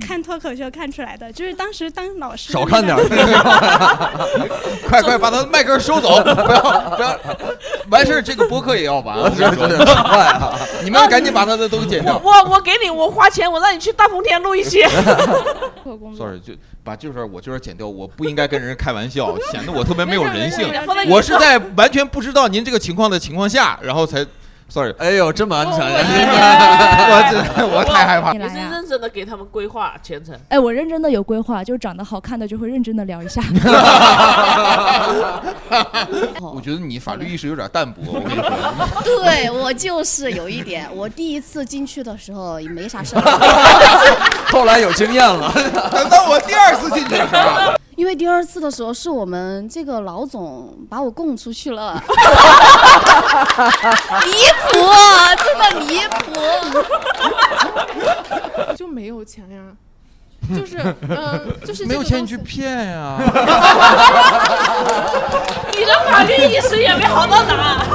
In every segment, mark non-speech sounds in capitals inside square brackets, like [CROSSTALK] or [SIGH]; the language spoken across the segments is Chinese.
看脱口秀看出来的，就是当时当老师少看点儿， [LAUGHS] 快快把他的麦克收走，不要不要，完事儿这个播客也要 [LAUGHS] 完，我跟你说真的很快啊！ [LAUGHS] 你们赶紧把他的都剪我 [LAUGHS] 掉。我我给你，我花钱，我让你去大风天录一 [LAUGHS] 期。 sorry，就把这事儿我就是剪掉，我不应该跟人开玩 [LAUGHS] 笑，显得我特别没有人性没事没事放在。你我是在完全不知道您这个情况的情况下，然后才 sorry。哎呦，这么安全呀！ [LAUGHS] 啊哦我 [LAUGHS] 真我太害怕。你我 [LAUGHS] 来是呀！认真的给他们规划前 [LAUGHS] 程。哎，我认真的有规划，就是长得好看的就会认真的聊一 [LAUGHS] 下。我觉得你法律意识有点淡薄，我跟你说。对我就是有一点，我第一次进去的时候也没啥事儿， [LAUGHS] [LAUGHS] 后来有经验了， [LAUGHS] [LAUGHS] 等到我第二次进去的时候， [LAUGHS] 因为第二次的时候是我们这个老总把我供出去了， [LAUGHS] 离 [LAUGHS] 谱，啊真的离谱。就没有钱呀， [LAUGHS] 就是嗯、呃就是这个没有钱东你去西骗啊 [LAUGHS] 呀。你的法律意识也没好到哪。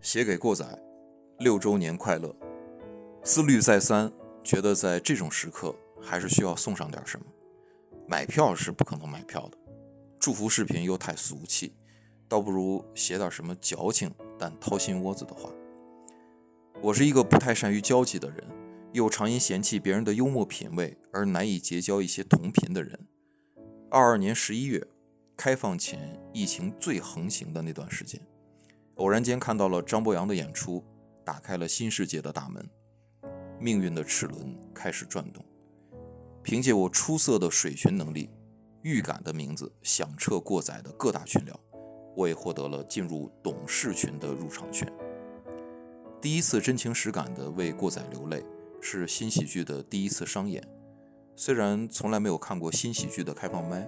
写给过载，六周年快乐。思虑再三，觉得在这种时刻还是需要送上点什么。买票是不可能买票的，祝福视频又太俗气，倒不如写点什么矫情但掏心窝子的话。我是一个不太善于交际的人，又常因嫌弃别人的幽默品味而难以结交一些同频的人。二二年十一月，开放前疫情最横行的那段时间。偶然间看到了张博洋的演出，打开了新世界的大门，命运的齿轮开始转动。凭借我出色的水群能力，预感的名字响彻过载的各大群聊，我也获得了进入董事群的入场券。第一次真情实感地为过载流泪，是新喜剧的第一次商演。虽然从来没有看过新喜剧的开放麦，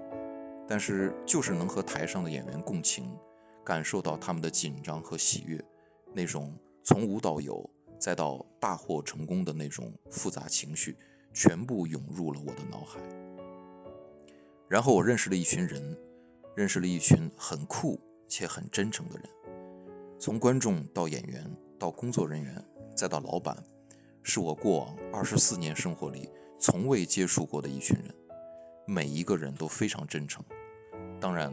但是就是能和台上的演员共情，感受到他们的紧张和喜悦，那种从无到有再到大获成功的那种复杂情绪，全部涌入了我的脑海。然后我认识了一群人，认识了一群很酷且很真诚的人，从观众到演员，到工作人员，再到老板，是我过往二十四年生活里从未接触过的一群人，每一个人都非常真诚，当然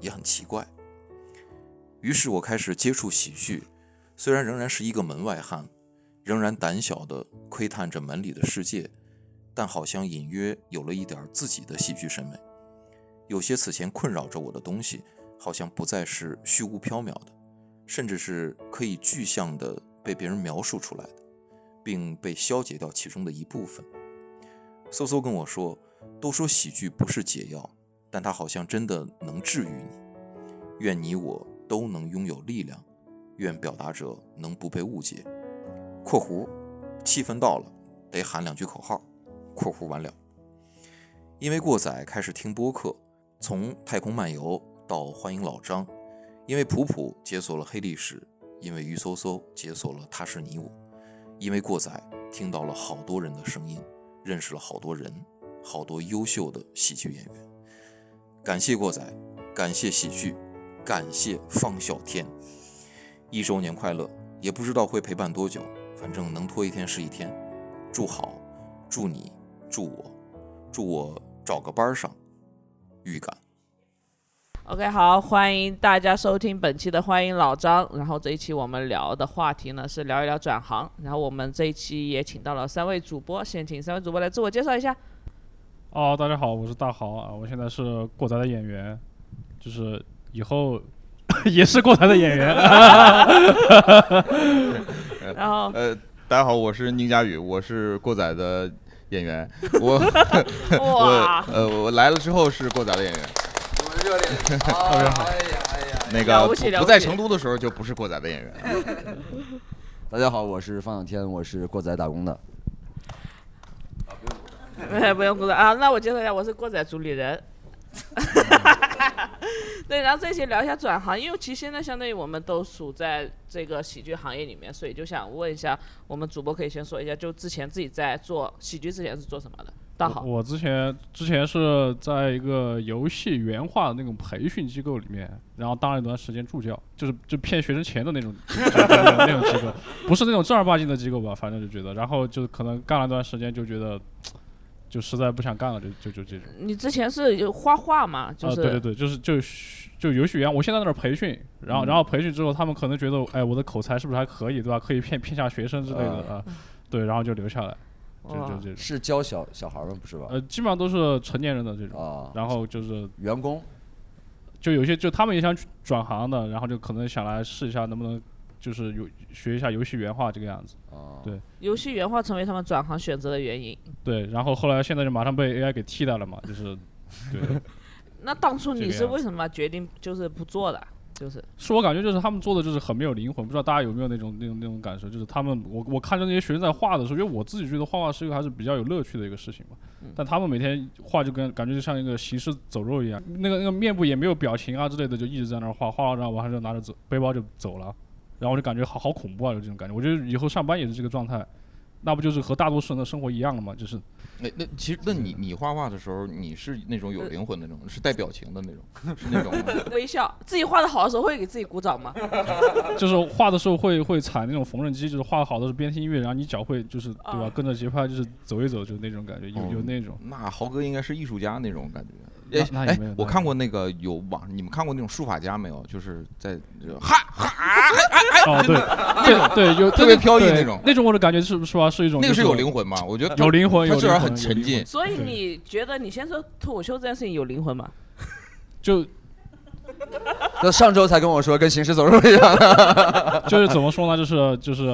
也很奇怪。于是我开始接触喜剧，虽然仍然是一个门外汉，仍然胆小地窥探着门里的世界，但好像隐约有了一点自己的喜剧审美。有些此前困扰着我的东西，好像不再是虚无缥缈的，甚至是可以具象的被别人描述出来的，并被消解掉其中的一部分。搜搜跟我说，都说喜剧不是解药，但它好像真的能治愈你。愿你我都能拥有力量，愿表达者能不被误解。（括弧）气氛到了，得喊两句口号。（括弧完了）因为过载开始听播客，从《太空漫游》到《欢迎老张》，因为普普解锁了黑历史，因为于搜搜解锁了他是你我，因为过载听到了好多人的声音，认识了好多人，好多优秀的喜剧演员。感谢过载，感谢喜剧，感谢方小天，一周年快乐！也不知道会陪伴多久，反正能拖一天是一天。祝好，祝你，祝我，祝我找个班儿上。预感。 OK，好，欢迎大家收听本期的《欢迎老张》。然后这一期我们聊的话题呢是聊一聊转行。然后我们这一期也请到了三位主播，先请三位主播来自我介绍一下。哦，大家好，我是大豪啊，我现在是过载的演员，就是以后也是过载的演 [LAUGHS] 员。 [LAUGHS] 然后呃，大家好，我是宁佳宇，我是过载的演 [LAUGHS] 员，我哇 [LAUGHS] 我，呃我来了之后是过载的演员，我们热烈，哎呀哎呀！那了个不起了不不不在起成都的时候就不是过载的演员。 [LAUGHS] 大家好，我是方小天，我是过载打工的。 [LAUGHS] 不用鼓掌啊，那我介绍一下，我是过载主理人。 [LAUGHS] 对，然后这期聊一下转行，因为其实现在相当于我们都属在这个喜剧行业里面，所以就想问一下，我们主播可以先说一下，就之前自己在做喜剧之前是做什么的？大好，我之前之前是在一个游戏原画的那种培训机构里面，然后当了一段时间助教，就是就骗学生钱的那种那种机构，不是那种正儿八经的机构吧，反正就觉得，然后就可能干了段时间就觉得，就实在不想干了，就就就这种。你之前是有画画嘛？就啊，是、对对对，就是就就游戏员，我现在在那儿培训，然后、然嗯后培训之后，他们可能觉得，哎，我的口才是不是还可以，对吧？可以骗骗下学生之类的啊啊，嗯对，然后就留下来， [LAUGHS] 就就这种。是教小小孩儿们不是吧？呃，基本上都是成年人的这种，啊然后就是员工，就有些就他们也想去转行的，然后就可能想来试一下能不能就是有学一下游戏原画这个样子，哦对游戏原画成为他们转行选择的原因。对，然后后来现在就马上被 AI 给替代了嘛，就是对， [LAUGHS] 那当初你这个是样子为什么决定就是不做的？就是 [LAUGHS] 是我感觉就是他们做的就是很没有灵魂，不知道大家有没有那种那种那种感受，就是他们我我看着那些学生在画的时候，因为我自己觉得画画是一个还是比较有乐趣的一个事情嘛，但他们每天画就跟感觉就像一个行尸走肉一样，那个那个面部也没有表情啊之类的，就一直在那儿画，画到然后完了就拿着走背包就走了，然后我就感觉好好恐怖啊，就这种感觉，我觉得以后上班也是这个状态，那不就是和大多数人的生活一样了吗？就是那那其实，那你你画画的时候，你是那种有灵魂的那种，是带表情的那种，是那种吗。微笑，自己画的好的时候会给自己 [LAUGHS] 鼓掌吗？就是画的时候会会踩那种缝纫机，就是画好的时候边听音乐，然后你脚会就是对吧，跟着节拍就是走一走，就那种感 [LAUGHS] 觉，有哦有那种。那豪哥应该是艺术家那种感觉。那哎那也哎没有，我看过那个有网，你们看过那种书法家没有？就是在就哈哈哎哎哦，对，那对种对，有特别飘逸对那种，那种我的感觉是不是吧？是一种那个就是有灵魂吗？我觉得他有灵魂，他有至少灵很魂沉浸。所以你觉得你先说脱口秀这件事情有灵魂吗？就 [LAUGHS] 那上周才跟我说跟行尸走肉一样，就是怎么说呢？就是就是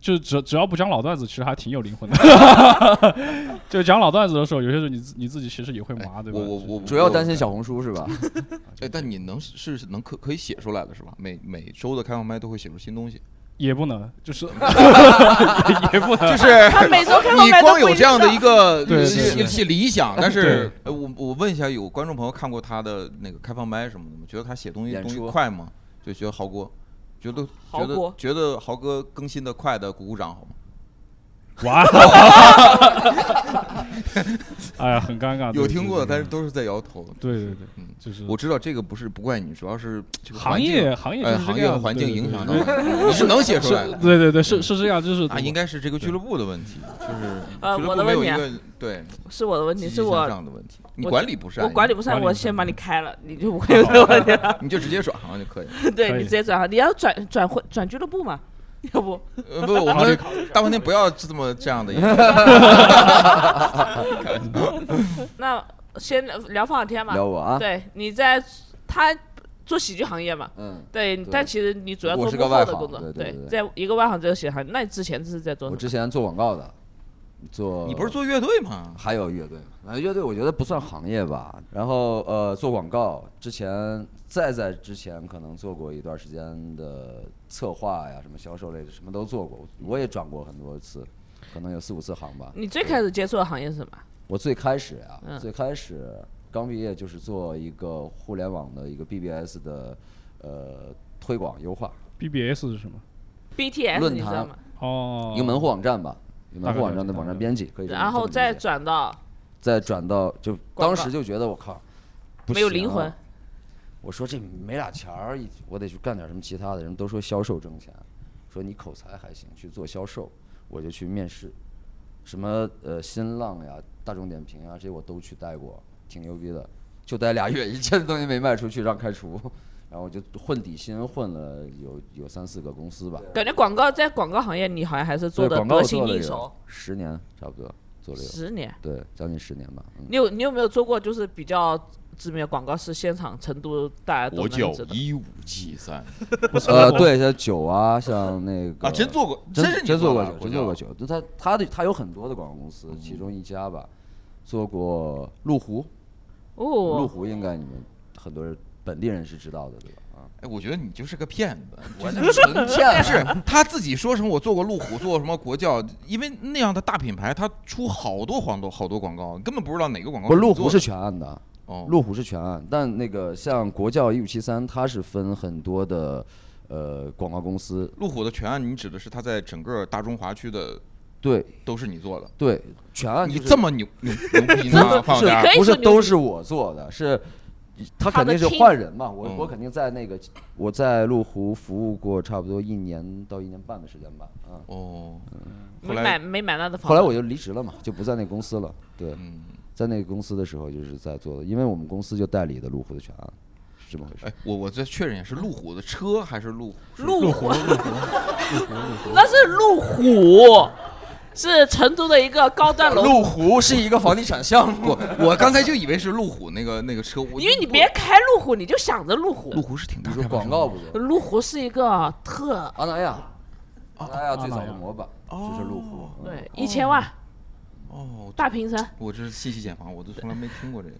就是只只要不讲老段子，其实还挺有灵魂的。就讲老段子的时候，有些时候你自你自己其实也会麻，对吧？我我我主要担心小红书是吧？ [LAUGHS] 哎，但你能是是能可可以写出来的是吧？每每周的开放麦都会写出新东西，也不能，啊就是 [LAUGHS] [LAUGHS] 也不能，就是你光有这样的一个对对对一对一理想，但是对呃我我问一下，有观众朋友看过他的那个开放麦什么的吗？觉得他写东西演东西出快吗？就觉得豪哥，觉得豪觉得哥觉得豪哥更新的快的，鼓鼓掌好吗？ [LAUGHS] 哇！哎呀，很尴尬。有对听过的，对但是都是在摇头。对对对，嗯，就是我知道这个不是不怪你，主要是这个行环境业行业就哎是这行个业样子环对境对影对响到对你，你是能写出来的。是对对对是是这样就是啊，应该是这个俱乐部的问 [LAUGHS] 题，就是呃俱乐我部的没有问一题啊个对是我的问题，积极是我向上的问题，你我管理不善，哦我管理不善，管理我不善先把你开了，你就不会有这个问题了。 [LAUGHS] 你就直接转行就可以了。 [LAUGHS] 对可以你直接转行，你要转转会转俱乐部嘛？要不呃，不，我 [LAUGHS] 们 [LAUGHS] 大半天不要这么这样的言 [LAUGHS] 论。啊那先聊方小天嘛？聊我啊对，你在他做喜剧行业嘛？嗯，对，但其实你主要做我是幕个后的外行工作，对对对在一个外行这个喜剧行业，那你之前是在做我什之么？前做广告的，做你不是做乐队啊吗？ [LAUGHS] 还有乐队，反正乐队我觉得不算行业吧。然后呃，做广告之前，在在之前可能做过一段时间的策划呀，什么销售类的，什么都做过。我也转过很多次，可能有四五次行吧。你最开始接触的行业是什么？我最开始呀、嗯最开始刚毕业就是做一个互联网的一个 BBS 的呃推广优化， BBS 是什么？ BTS 论你知道坛吗？哦，一个门户网站吧，一个大门概户网了站的解网大站概编辑，可以这么然后这么再理解转到再转到就广告当时就觉得我靠，不没有行灵魂啊。我说这没俩钱儿，我得去干点什么其他的。人都说销售挣钱，说你口才还行，去做销售，我就去面试，什么呃新浪呀、大众点评呀啊这些我都去待过，挺牛逼的，就待俩月，一件东西没卖出去，让开除。然后我就混底薪，混了有有三四个公司吧。感觉广告在广告行业，你好像还是做对的广告得我心做了应有手。十年差不多，做了有十年，对将近十年吧。嗯，你有你有没有做过就是比较知名的广告是现场成都大家都我能叫知道？一五 G 三呃，对，像酒啊，像那个啊，真做过，啊嗯真是你真做过的酒，真做过。酒。就他他的他有很多的广告公司，其中一家吧，做过路虎，路哦，虎应该你们很多人本地人是知道的，对吧？啊，哎，我觉得你就是个骗子，我就是纯骗子。是他自己说什么我做过路虎，做过什么国教，因为那样的大品牌，他出好多广告，好多广告，根本不知道哪个广告不，是路你做虎是的全案的，哦路虎是全案，但那个像国窖一五七三，它是分很多的呃广告公司，路虎的全案，你指的是它在整个大中华区的对都是你做的？对，全案你就是这么牛牛牛 [LAUGHS] 逼不呢，是范老不是说牛都逼是我做的，是他他肯的定是 team 换人嘛，我嗯我肯定在那个我在路虎服务过差不多一年到一年半的时间吧，啊，哦，后没买来没买那的房子。后来我就离职了嘛，就不在那个公司了，对，嗯，在那个公司的时候就是在做的，因为我们公司就代理的路虎的全案，是这么回事。哎，我我再确认一下，是路虎的车还是路虎？路虎， [LAUGHS] 那是路虎，是成都的一个高端楼，路虎是一个房地产项目，我刚才就以为是路虎那个那个车，我因为你别开路虎，你就想着路虎。路虎是挺大你的说广告不是？路虎是一个特阿那亚，阿啊那亚最早阿那的亚模板就是路虎，嗯对一千万哦，大平层，我这是信息茧房，我都从来没听过这 [LAUGHS] 个。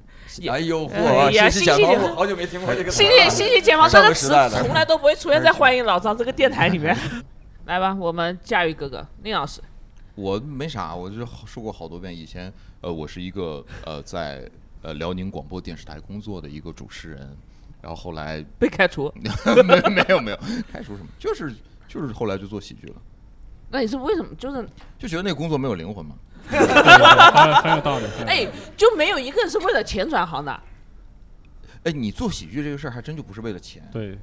哎呦嚯，哎呀啊信息茧信息房，茧我好久没听过这个词新儿界了。新界解放这上个个时词代的从来都不会出 [LAUGHS] 现在欢迎老张这个电台里面。 [LAUGHS] 来吧，我们驾驭哥哥宁老师，我没啥，我就说过好多遍。以前，呃，我是一个呃在呃辽宁广播电视台工作的一个主持人，然后后来被开除。 [LAUGHS] 没没有没有开除什么，就是就是后来就做喜剧了，那你是为什么？就是就觉得那个工作没有灵魂嘛。 [LAUGHS] 很有很有道理。很有道理 [LAUGHS] 哎，就没有一个人是为了钱转行的。哎，你做喜剧这个事儿还真就不是为了钱，对，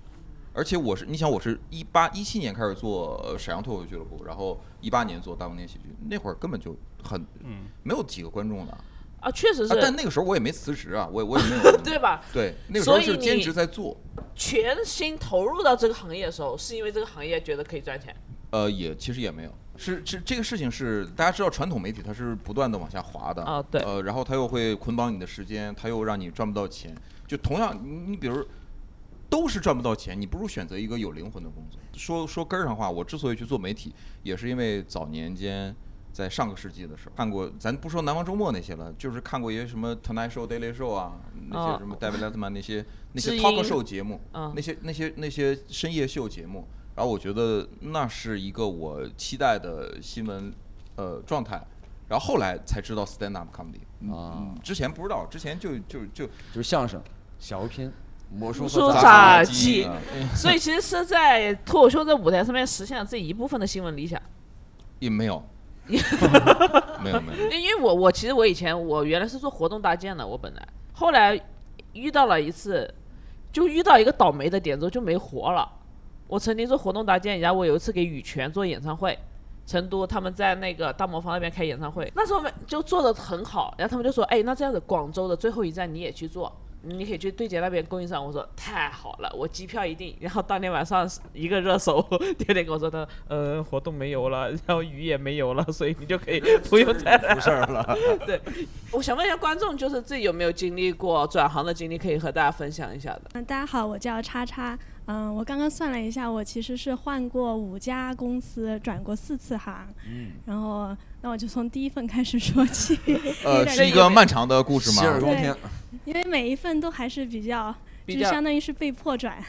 而且我是，你想，我是一八一七年开始做呃沈阳脱口秀俱乐部，然后一八年做大风天喜剧，那会儿根本就很嗯，没有几个观众的，啊啊，确实但是，那个时候我也没辞职啊，我也我也没有 [LAUGHS] 对吧？对，那个时候所以是兼你职在做，全心投入到这个行业的时候，是因为这个行业觉得可以赚钱。呃，也其实也没有，是是这个事情是大家知道，传统媒体它是不断的往下滑的啊对呃，然后它又会捆绑你的时间，它又让你赚不到钱，就同样你你比如。都是赚不到钱，你不如选择一个有灵魂的工作。说说根儿上话，我之所以去做媒体，也是因为早年间在上个世纪的时候看过，咱不说南方周末那些了，就是看过一些什么 Tonight Show、Daily Show 啊，那些哦什么 David Letterman 那些那知些 talk 音 show 节目，嗯那些那些那些深夜秀节目，然后我觉得那是一个我期待的新闻呃状态，然后后来才知道 stand up comedy，嗯啊嗯之前不知道，之前就就就就是相声、小品、魔术说和杂杂技技，啊嗯 [LAUGHS] 所以其实是在脱口秀这舞台上面实现了自己一部分的新闻理想。也没有， [LAUGHS] 没有没有，因为我我其实我以前我原来是做活动搭建的，我本来后来遇到了一次，就遇到一个倒霉的点子就没活了。我曾经做活动搭建，然后我有一次给羽泉做演唱会，成都他们在那个大磨坊那边开演唱会，那时候我们就做的很好，然后他们就说，哎，那这样子广州的最后一站你也去做。你可以去对接那边供应商，我说太好了，我机票一定。然后当天晚上一个热搜， [LAUGHS] 天天跟我说他，嗯，活动没有了，然后鱼也没有了，所以你就可以 [LAUGHS] 不用再来出事儿了。 [LAUGHS] 我想问一下观众，就是自己有没有经历过转行的经历，可以和大家分享一下的？嗯，大家好，我叫叉叉。嗯，我刚刚算了一下，我其实是换过五家公司，转过四次行。嗯，然后那我就从第一份开始说起， [LAUGHS] 呃，是一个漫长的故事洗耳吗？恭听，因为每一份都还是比较，比就是较相当于是被迫转。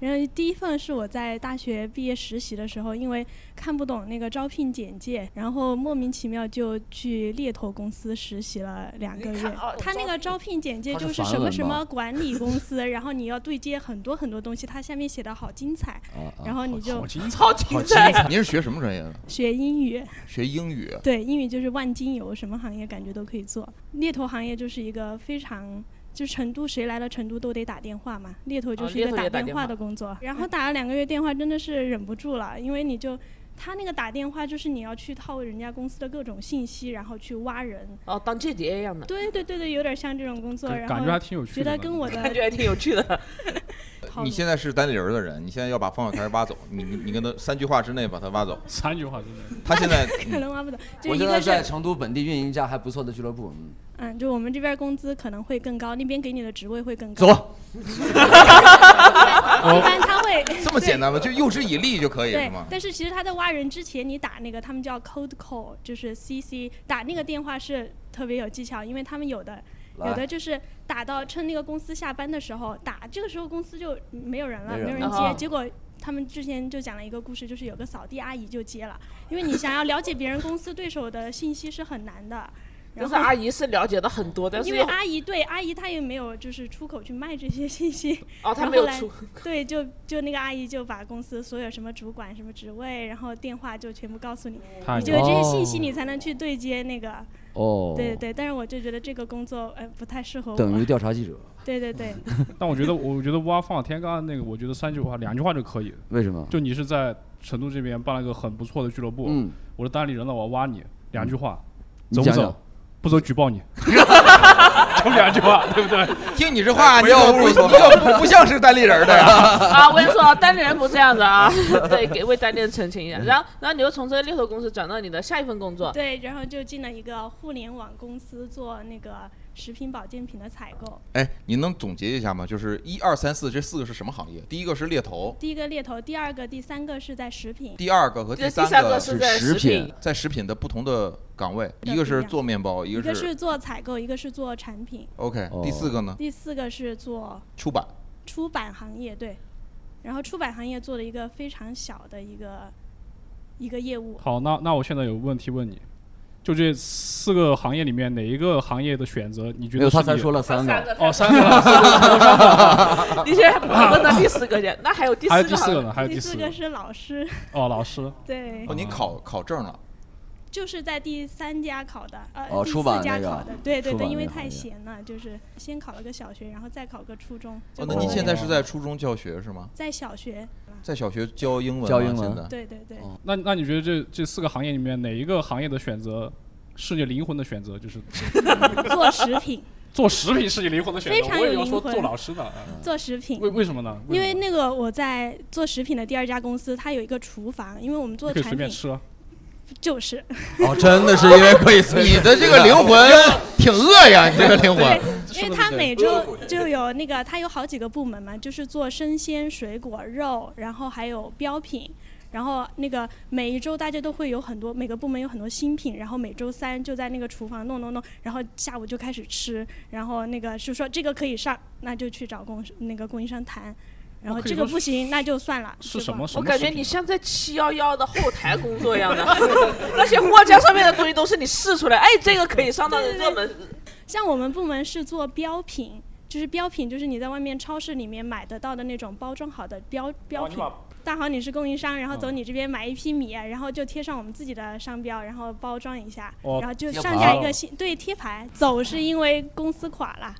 然后第一份是我在大学毕业实习的时候，因为看不懂那个招聘简介，然后莫名其妙就去猎头公司实习了两个你月看哦。他那个招聘简介它是就是繁什么文什吗么管理公司，然后你要对接很多很多东西，它下面写的好精彩，啊哦啊然后你就好精彩，超精彩！您是学什么专业的？学英语。学英语。对，英语就是万金油，什么行业感觉都可以做。猎头行业就是一个非常。就是成都，谁来了成都都得打电话嘛。猎头就哦是一猎个头也打打电电话话的工作，然后打了两个月电话，真的是忍不住了，因为你就他那个打电话就是你要去套人家公司的各种信息，然后去挖人。哦，当间谍一样的，对对对对，有点像这种工作，感然感觉还后挺有趣觉的得呢。跟我感的觉还挺有趣 [LAUGHS] 的。你套 [LAUGHS] 路。现在是单立人的人，你现在要把方小台挖走，你你你跟他三句话之内把他挖走。三句话真的，他现在 [LAUGHS] 嗯可能挖不懂，就我一现在个在是成都本地运营一家还不错的俱乐部，嗯，嗯，就我们这边工资可能会更高，那边给你的职位会更高。 [LAUGHS] 走，一般他会哦 [LAUGHS] 这么对简单 [LAUGHS] 吗？就诱之以利就可以是对吗，？但是其实他在挖人之前，你打那个他们叫 cold call，就是 CC，打那个电话是特别有技巧，因为他们有的有来的就是打到趁那个公司下班的时候打，这个时候公司就没有人了，没人没有人了接，哦结果。他们之前就讲了一个故事，就是有个扫地阿姨就接了，因为你想要了解别人公司对手的信息是很难的，但然是后阿姨是了解的很多，但是因为又阿姨对阿姨她也没有就是出口去卖这些信息。哦她然没有后来出对，就就那个阿姨就把公司所有什么主管、什么职位，然后电话就全部告诉你，太你就有这些好信息你才能去对接那个。哦对对对，但是我就觉得这个工作呃不太适合我。等于调查记者，对对对， [LAUGHS] 但我觉得，我觉得挖放天刚刚那个，我觉得三句话两句话就可以。为什么就你是在成都这边办了个很不错的俱乐部，嗯我是单立人了，我要挖你，两句话，你走不讲讲走？不走举报你，就两句话，对不对？听你这话，你要不要不不像是单立人的呀？啊，我跟你说，单立人不这样的 [LAUGHS] 啊，对，给为单立人澄清嗯一下。然后，然后你又从这个猎头公司转到你的下一份工作，对，然后就进了一个互联网公司做那个食品保健品的采购。 [LAUGHS] 哎，你能总结一下吗？就是一二三四这四个是什么行业？第一个是猎头，第一个猎头，第二个、第三个是在食品，第二个和第三三个是是在食品品，在食品的不同的岗位，对一个是不一样做面包，一个是做采购，一个是做产品。 OK，第哦四个呢？第四个是做出版。出版行业，对。然后出版行业做了一个非常小的一个一个业务，好，那那我现在有问题问你，就这四个行业里面，哪一个行业的选择你觉没得有是他你才说了三个他三个哦，三个 [LAUGHS] 了，三个 [LAUGHS] [LAUGHS] 你现在问到第四个去，哎那还有第还四有个第四行个业呢，还有第第四四个是老师，哦，老师，对哦，你考考证了，就是在第三家考的，呃，哦第出四版家那个考的，对对出版对，那因为个行太业闲了，就是先考了个小学，然后再考个初中。就哦，那啊考你了现在两是在初中教学是吗？在小学，在小学教英文吗，教英文现在对对对，那那你觉得这这四个行业里面哪一个行业的选择是你灵魂的选择？就是哦做食品， [LAUGHS] 做食品是你灵魂的选择，非常我有也要灵说魂。做老师啊的。做食品，嗯为为什么呢？因为那个我在做食品的第二家公司，它有一个厨房，因为我们做可以产随便品吃啊。 [LAUGHS] 就是。哦，真的是因为可以随便。你的这个 [LAUGHS] 灵魂挺饿呀，你这个灵魂。因为他每周就有那个，他有好几个部门嘛，就是做生鲜、水果、肉，然后还有标品，然后那个每一周大家都会有很多，每个部门有很多新品，然后每周三就在那个厨房弄弄弄，然后下午就开始吃，然后那个是说这个可以上，那就去找供那个供应商谈，然哦后我可以这个说不行，那就算了。是什么？什我么感觉食品啊你像在七幺幺的后台工作 [LAUGHS] 一样的， [LAUGHS] 那些货架上面的东西都是你试出来，哎，这个可以上到热门。像我们部门是做标品。就是标品，就是你在外面超市里面买得到的那种包装好的标标哦你品把。大好，你是供应商，然后嗯走你这边买一批米，然后就贴上我们自己的商标，然后包装一下，哦然后就贴上牌架哦一个新对贴牌。走是因为 [LAUGHS] 公司垮了，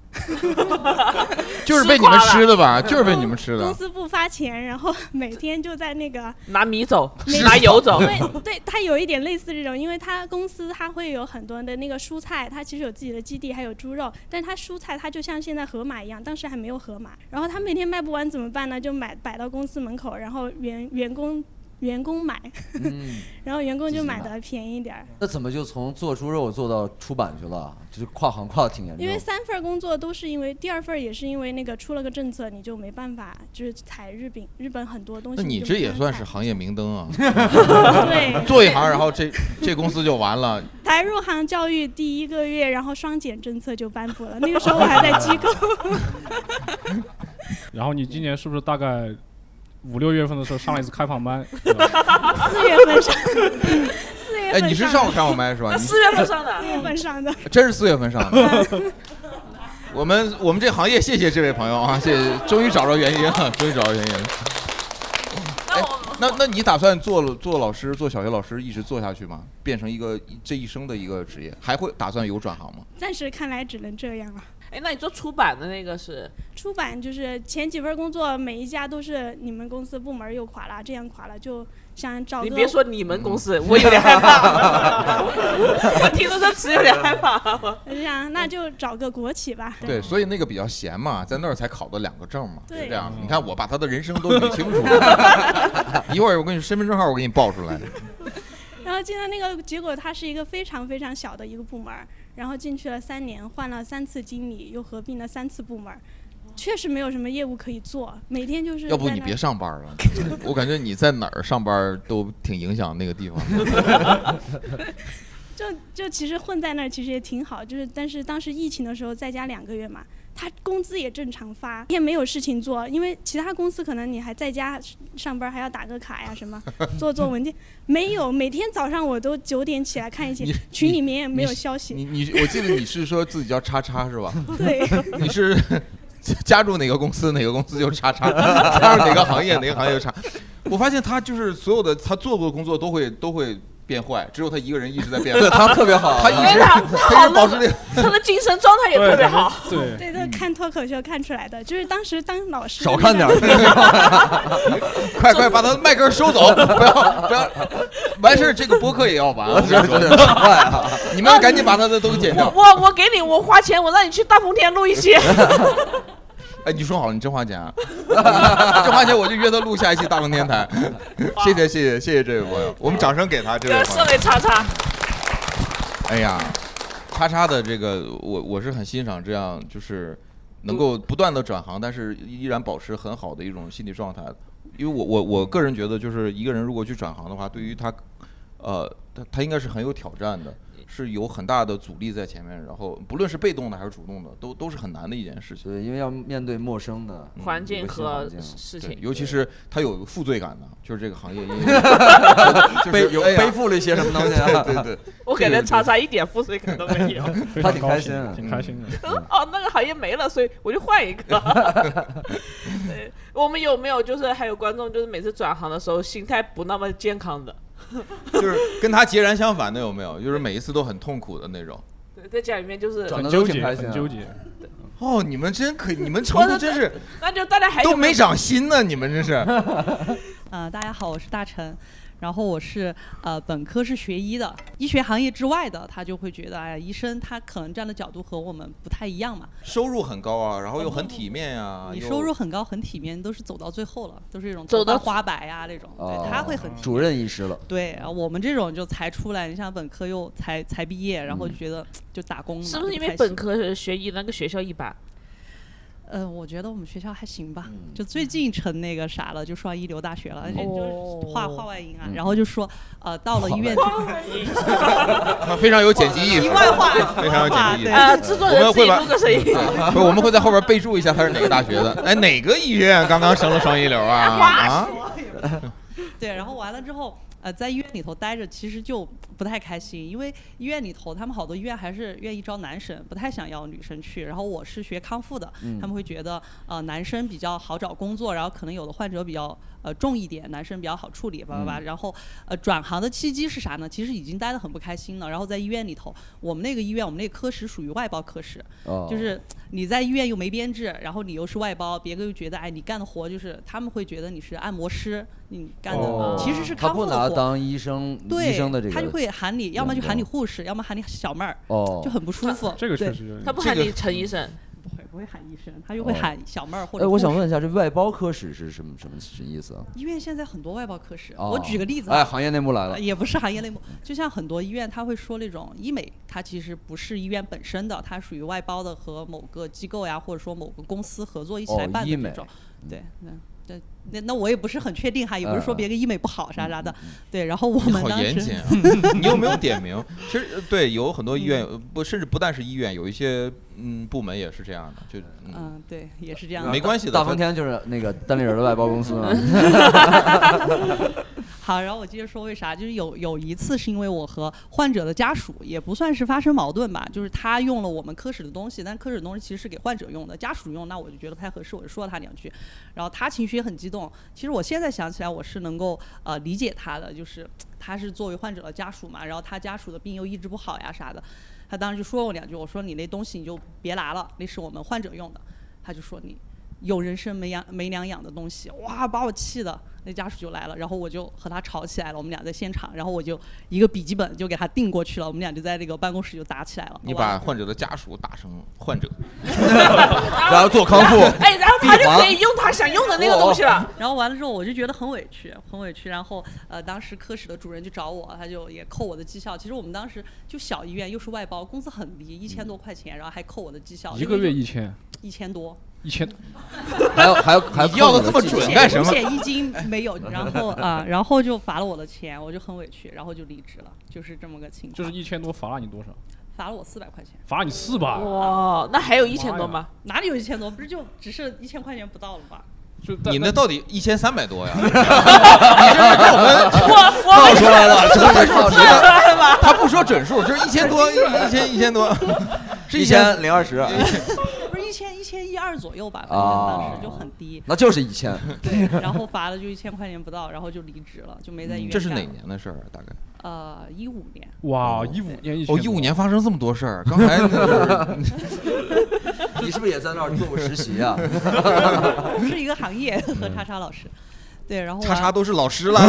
就是被你们吃的吧？就是被你们吃 [LAUGHS] 公的。司不发钱，然后每天就在那个拿米走，拿油走因，为对它有一点类似这种，因为它公司它会有很多的那个蔬菜，它其实有自己的基地，还有猪肉，但它蔬菜它就像现在盒马一样，当时还没有盒马，然后它每天卖不完怎么办呢？就买摆到公司门口，然后员员工员工买，嗯 [LAUGHS] 然后员工就买的便宜点儿。那怎么就从做猪肉做到出版去了？啊就是跨行跨的挺严重。因为三份儿工作都是因为第二份儿也是因为那个出了个政策，你就没办法就是采日饼，日本很多东西那就没你办法这采。也算是行业明灯啊！对做一行，然后这这公司就完了。才入行教育第一个月，然后双减政策就颁布了。那个时候我还在机构， [LAUGHS] [LAUGHS] 然后你今年是不是大概五六月份的时候上了一次开放班？四月份上，四月份上的。 [LAUGHS] 哎，你是上过开放麦是吧？你四月份上的，四月份上的。真是四月份上的。我们我们这行业，谢谢这位朋友啊，谢谢，终于找着原因了，终于找着原因了。哎，那那你打算做做老师，做小学老师一直做下去吗？变成一个这一生的一个职业，还会打算有转行吗？暂时看来只能这样了。哎，那你做出 [LAUGHS] 版的那个是出版就是前几份工作，每一家都是你们公司部门又垮了，这样垮了，就想找个。你别说你们公司，我有点害 [LAUGHS] 怕，我听到这词有点害怕。是啊，那就找个国企吧。 [LAUGHS] 对，所以那个比较闲嘛，在那儿才考的两个证嘛，对是这样。你看我把他的人生都捋清 [LAUGHS] 楚，一会儿我给你身份证号，我给你报出来。然后进了那个，结果它是一个非常非常小的一个部门儿，然后进去了三年，换了三次经理，又合并了三次部门儿，确实没有什么业务可以做，每天就是要不在你那别上班了，我感觉你在哪儿上班都挺影响那个地方。 [LAUGHS] 就就其实混在那儿其实也挺好，就是但是当时疫情的时候在家两个月嘛，他工资也正常发，也没有事情做，因为其他公司可能你还在家上班，还要打个卡呀什么，做做文件，没有，每天早上我都九点起来看一些你，群里面也没有你消息。你你，我记得你是说自己叫叉叉是吧？对，你是加入哪个公司，哪个公司就叉叉；加入哪个行业，哪个行业就叉。我发现他就是所有的他做过的工作都会都会变坏，只有他一个人一直在变坏。对他特别好他一对直他他一直保持这个。 [LAUGHS] 他的精神状态也特别好。对，对，都是看脱口秀看出来的，就是当时当老师少看点儿，快快把他的麦克收走，不要不要，完事儿这个播客也要完，我跟你说，你们赶紧把他的都剪掉我。我我给你，我花钱，我让你去大风天录一期。哎，你说好了，你真花钱啊！ [LAUGHS] 真花钱，我就约他录下一期《大风天台》。谢谢谢谢谢谢这位朋友，我们掌声给他这位朋设友。备叉叉，哎呀，叉叉的这个，我我是很欣赏这样，就是能够不断的转行，但是依然保持很好的一种心理状态。因为我我我个人觉得，就是一个人如果去转行的话，对于他，呃，他他应该是很有挑战的，是有很大的阻力在前面，然后不论是被动的还是主动的，都都是很难的一件事情。对，因为要面对陌生的嗯环境和一个新环境事对，情。尤其是他有负罪感的，就是这个行业因为 [LAUGHS] 就是背有哎呀背负了一些什么东西啊？对对对， [LAUGHS] 我给人叉叉一点负罪感都没有。非 [LAUGHS] 常他挺高开兴心的挺开心的。嗯哦，那个行业没了，所以我就换一个。 [LAUGHS] 对，我们有没有就是还有观众就是每次转行的时候心态不那么健康的？就是跟他截然相反的有没有？就是每一次都很痛苦的那种。对，在家里面就是，转很得纠都挺结，开心很啊纠结。哦，你们真可以，你们程度真是那就大家还有都没没有长心呢，你们 [LAUGHS] 真是。呃，大家好，我是大陈，然后我是呃本科是学医的，医学行业之外的，他就会觉得，哎呀，医生他可能站的角度和我们不太一样嘛。收入很高啊，然后又很哦体面啊，你又收入很高很体面，都是走到最后了，都是这种走头发到花白啊这种，哦对，他会很体主任医师了，对，然后我们这种就才出来，你像本科又才才毕业，然后嗯就觉得就打工嘛，是不是就因为太本行？科学医那个学校一哦般？嗯，我觉得我们学校还行吧，就最近成那个啥了，就双一流大学了，而且就是话哦话外音啊嗯，然后就说呃到了医院 [LAUGHS] 他啊非常有剪辑意识一，万话非常有剪辑意识。啊，制作我人们自己会把录个声音，不是，我们会在后边备注一下他是哪个大学的。哎，哪个医院刚刚生了双一流啊？ [LAUGHS] 啊，对，然后完了之后，呃，在医院里头待着其实就不太开心，因为医院里头他们好多医院还是愿意招男生，不太想要女生去。然后我是学康复的，他们会觉得呃男生比较好找工作，然后可能有的患者比较呃重一点，男生比较好处理，叭叭叭。然后呃转行的契机是啥呢？其实已经待得很不开心了。然后在医院里头，我们那个医院我们那个科室属于外包科室，哦就是你在医院又没编制，然后你又是外包，别个又觉得哎你干的活就是他们会觉得你是按摩师，你干的、哦其实是他康复不的拿活当医生对医生的这个，他就会喊你，要么就喊你眼护士，要么喊你小妹儿，哦就，很不舒服。这个确对实有点他不喊这个你陈医生，不会不会喊医生，他就会哦喊小妹儿或者哎，护士。我想问一下，这外包科室是什么什么什么意思啊？医院现在很多外包科室，哦我举个例子哎，啊，行业内幕来了呃，也不是行业类目，就像很多医院他会说那种医美，它其实不是医院本身的，它属于外包的和某个机构呀，或者说某个公司合作一起哦来办医的美这种。对，嗯。对那那我也不是很确定哈，也不是嗯说嗯嗯别个医美不好啥啥的，对。然后我们好当严谨时 [LAUGHS] [LAUGHS] 啊！你有没有点名？其实呃对，有很多医院呃不，甚至不但是医院，有一些嗯部门也是这样的，就嗯嗯，对，也是这样的。没关系的。大风天就是那个单立人的外包公司嘛。 [LAUGHS] 好，然后我接着说为啥，就是有有一次是因为我和患者的家属也不算是发生矛盾吧，就是他用了我们科室的东西，但科室的东西其实是给患者用的，家属用那我就觉得不太合适，我就说了他两句，然后他情绪也很激动。其实我现在想起来，我是能够呃理解他的，就是他是作为患者的家属嘛，然后他家属的病又医治不好呀啥的，他当时就说我两句，我说你那东西你就别拿了，那是我们患者用的，他就说你有人参没养没两养的东西，哇，把我气的，那家属就来了，然后我就和他吵起来了，我们俩在现场，然后我就一个笔记本就给他订过去了，我们俩就在那个办公室就打起来了。你哇啊把患 [LAUGHS] 者的家属打成 [LAUGHS] 患者，然后做康复。哎，然后他帝就王可以用他想用的那个东西了。然后完了之后，我就觉得很委屈，很委屈。然后呃，当时科室的主任就找我，他就也扣我的绩效。其实我们当时就小医院，又是外包，工资很低，一千多块钱，然后还扣我的绩效，一个月一千，一千多。一 [LAUGHS] 千还有还有还有你要扣的你这么绩准效干什么五险一金没有，然后啊，然后就罚了我的钱，我就很委屈，然后就离职了，就是这么个情况。就是一千多罚了你多少？罚了我四百块钱。罚你四百。哇，那还有一千多吗？哪里有一千多？不是就只剩一千块钱不到了 [LAUGHS] 吗？你那到底一千三百多 [LAUGHS] 呀？你这是跟我们我我套出来的，我这是套出来出来了他不说准数，就是一千多，一一千一 [LAUGHS] 千多，是千零二十啊不是一千一千一二左右吧，反正当时就很低。哦那就是一千。对，然后罚了就一千块钱不到，然后就离职了，就没嗯在医院。这是哪？年的啊事儿？大概？呃，一五年。哇，一五年哦，一五年发生这么多事儿，刚才那个 [LAUGHS] 你是不是也在那儿做过实习啊？不是一个行业和叉叉老师。对，然后 [LAUGHS] 嗯叉叉都是老师 [LAUGHS] 了，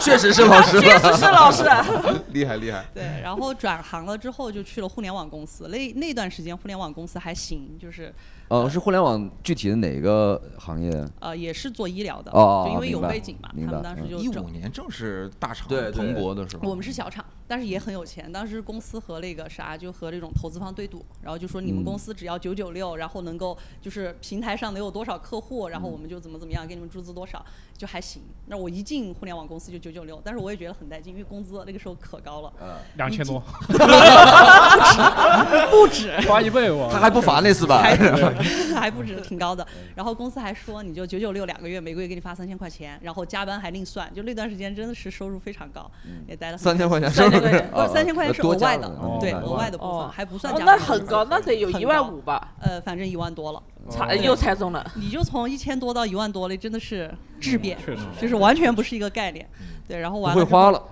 确实是老师了，确实是老师，啊 [LAUGHS] 厉害厉害。对，然后转行了之后就去了互联网公司，那那段时间互联网公司还行，就是哦，是互联网具体的哪个行业？呃也是做医疗的，哦就因为有明白背景嘛，明他们白嗯 [LAUGHS] 当时就一整五年正是大厂对对蓬勃的时候，我们是小厂，但是也很有钱。当时公司和那个啥，就和这种投资方对赌，然后就说你们嗯公司只要九九六，然后能够就是平台上能有多少客户，然后嗯我们就怎么怎么样给你们注资多少，就还行。那我一进互联网公司就九九六，但是我也觉得很带劲，因为工资那个时候可高了，嗯两千多， [LAUGHS] 不止，花一倍我。他还不罚那嗯四还百，还不止，挺高的。然后公司还说，你就九九六两个月，每个月给你发三千块钱，然后加班还另算。就那段时间真的是收入非常高，也待了嗯很3000块钱三收千块入钱，不是哦三千块钱是额多加外了的哦，对明白额外的部分哦还不算哦加那班的很部分高，那得有很一万高五吧？呃，反正一万多了，猜对又猜中了。你就从一千多到一万多了，真的是质变，确实就是完全不是一个概念。对，然后完不了会之后花了，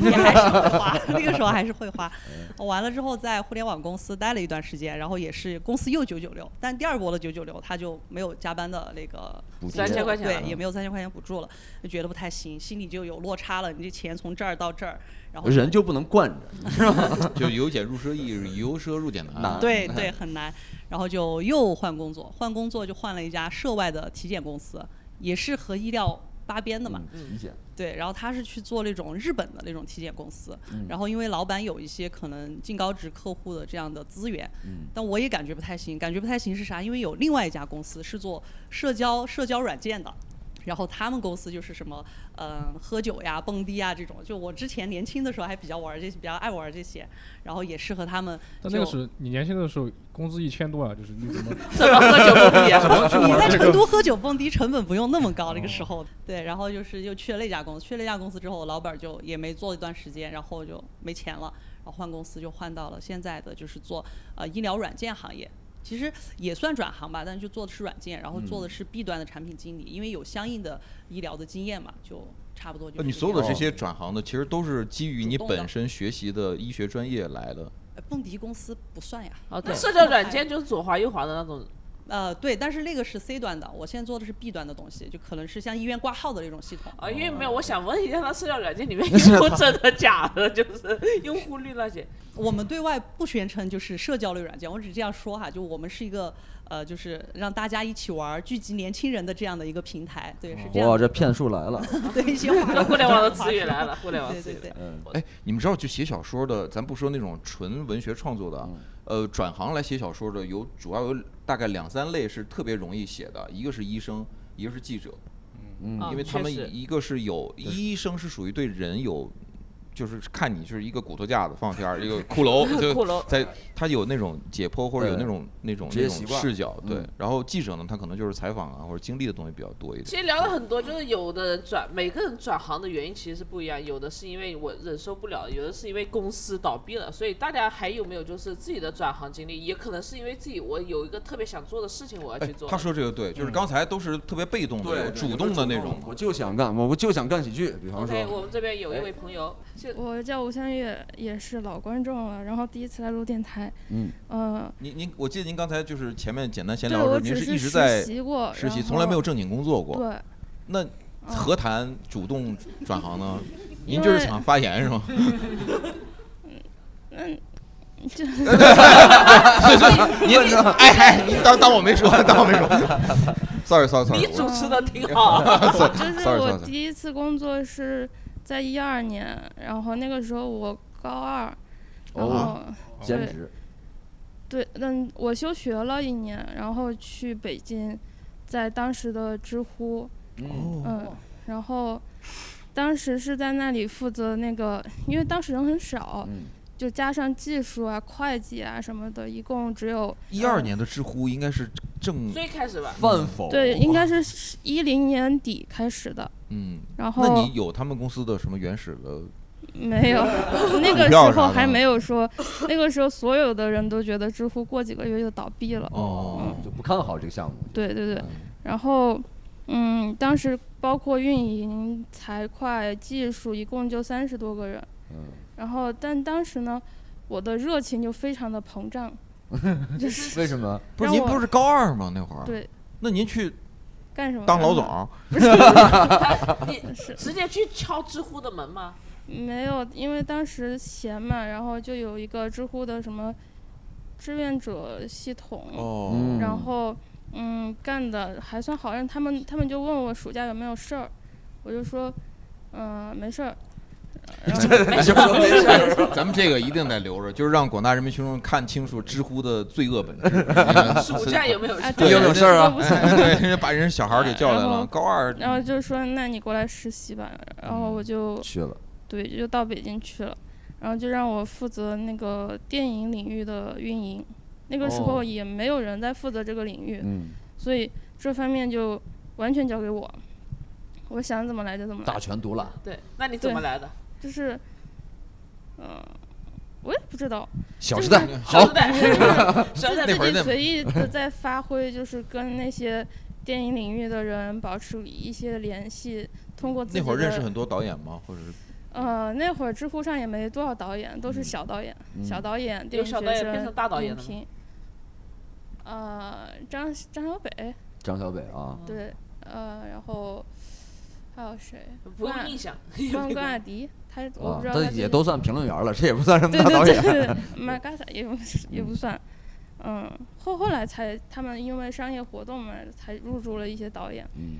也还是会花， [LAUGHS] 那个时候还是会花。嗯我完了之后在互联网公司待了一段时间，然后也是公司又九九六，但第二波的九九六他就没有加班的那个补补助3000助块钱了对，也没有三千块钱补助了，就觉得不太行，心里就有落差了。你这钱从这儿到这儿，然后人就不能惯着。 [LAUGHS] 就由俭入奢易，由奢入俭难。对嗯对，很难。然后就又换工作，换工作就换了一家涉外的体检公司，也是和医疗搭边的嘛。理解。对，然后他是去做那种日本的那种体检公司，嗯然后因为老板有一些可能进高职客户的这样的资源，嗯但我也感觉不太行，感觉不太行是啥？因为有另外一家公司是做社交社交软件的。然后他们公司就是什么，嗯，喝酒呀、蹦迪啊呀这种。就我之前年轻的时候还比较玩这些，比较爱玩这些，然后也是和他们就。但那个时候你年轻的时候工资一千多啊，就是你怎 [LAUGHS] 么怎么喝酒不比啊怎么去你在玩 [LAUGHS] 这成个？都喝酒蹦迪成本不用那么高，那个时候。对，然后就是又去了那家公司，去了那家公司之后，老板就也没做一段时间，然后就没钱了，然后换公司就换到了现在的就是做呃医疗软件行业。其实也算转行吧，但就做的是软件，然后做的是 B 端的产品经理，因为有相应的医疗的经验嘛，就差不多就是哦你所样有的这哦些转行的，其实都是基于你主动的本身学习的医学专业来的。呃蹦迪公司不算呀。哦，对，社交软件就是左滑右滑的那种。呃，对，但是那个是 C 端的，我现在做的是 B 端的东西，就可能是像医院挂号的那种系统。啊，因为没有，我想问一下，那社交软件里 [LAUGHS] 面有真的 [LAUGHS] 假的？就是用户率那些。我们对外不宣称就是社交类软件，我只这样说哈，就我们是一个呃，就是让大家一起玩儿、聚集年轻人的这样的一个平台，对，是这样哇，的。哦这骗术来了， [LAUGHS] 对一些华人 [LAUGHS] 互联网的词语来了互联网对词语对对，嗯哎，你们知道就写小说的，咱不说那种纯文学创作的啊，嗯呃，转行来写小说的有主要有大概两三类是特别容易写的，一个是医生，一个是记者，嗯因为他确实们一个是有医生是属于对人有。就是看你就是一个骨头架子放片儿，一个骷 [LAUGHS] 髅，就骷髅在他有那种解剖或者有那对种那种职那业种习惯视角，对嗯。然后记者呢，他可能就是采访啊或者经历的东西比较多一点。其实聊了很多，就是有的人转，每个人转行的原因其实是不一样，有的是因为我忍受不了，有的是因为公司倒闭了，所以大家还有没有就是自己的转行经历？也可能是因为自己我有一个特别想做的事情，我要去做。哎他说这个对，嗯就是刚才都是特别被动的，有主动的那种。我就想干，我我就想干喜剧，比方，OK，我说，们这边有哎一位朋友，是我叫吴香月，也是老观众了，然后第一次来录电台，嗯，嗯，您您，我记得您刚才就是前面简单闲对聊的时候，您我只是是一直实在习过实习，然从来没有后正经工作过。对，那何谈主动转行呢？您因就是为想发言是 [LAUGHS] 吗？嗯， [LAUGHS] 就 [LAUGHS] 您您哎哎，您当当我没说，当我没说。sorry sorry sorry，你主持的挺 [LAUGHS] 好 [LAUGHS] sorry 嗯就是 sorry 我 sorry，第一次工作是在一二年，然后那个时候我高二，然后哦兼对职，对，嗯，我休学了一年，然后去北京，在当时的知乎，哦嗯嗯，然嗯后当时是在那里负责那个，因为当时人很少，就加上技术啊、会计啊什么的，一共只有一二年的知乎应该是正最开始吧，饭否？对，应该是一零年底开始的。嗯，然后那你有他们公司的什么原始的？[LAUGHS] 没有，那个股时票啥候的还吗没有说，那个时候所有的人都觉得知乎过几个月就倒闭了。哦，就不看好这个项目。对对对，然后，嗯，当时包括运营、财会、技术，一共就三十多个人。嗯。然后，但当时呢，我的热情就非常的膨胀。 [LAUGHS] 为什么？不是让您我不是高二吗？那会儿，对，那您去干什么？当老总？ [LAUGHS] 不是 [LAUGHS] 你 [LAUGHS] [LAUGHS] 直接去敲知乎的门吗？没有，因为当时闲嘛，然后就有一个知乎的什么志愿者系统，哦嗯然后嗯干的还算好，让他们他们就问我暑假有没有事儿，我就说嗯、呃没事儿，。咱们这个一定得留着，就是让广大人民群众看清楚知乎的罪恶本质 [LAUGHS] 暑假有没有事儿 [LAUGHS] 对有没有事儿啊？哎啊对哎对，人家把人家小孩儿给叫来然了后，高二。然后就说那你过来实习吧，然后我就、嗯去了，对，就到北京去了，然后就让我负责那个电影领域的运营，那个时候哦也没有人在负责这个领域，嗯所以这方面就完全交给我，我想怎么来就怎么来，大权独揽。对，那你怎么对来的？就是，嗯、我也不知道，小就时代是好就是 [LAUGHS] 小时代就那会自儿己那随意的在发挥，就是跟那些电影领域的人保持一些联系，通过自己那会儿认识的很多导演吗？或者是呃，那会儿知乎上也没多少导演，都是小导演、嗯小导演、有电影小学导演生变成大导影演了吗评呃，张张小北，张小北啊，对，呃，然后还有谁？不用关印象 [LAUGHS] 关关雅迪，他我啊不知，道他但最也近都算评论员了，这也不算什么对大导对对对演 [LAUGHS] 对。马嘎萨也不是也不算，嗯，后后来才他们因为商业活动嘛，才入驻了一些导演，嗯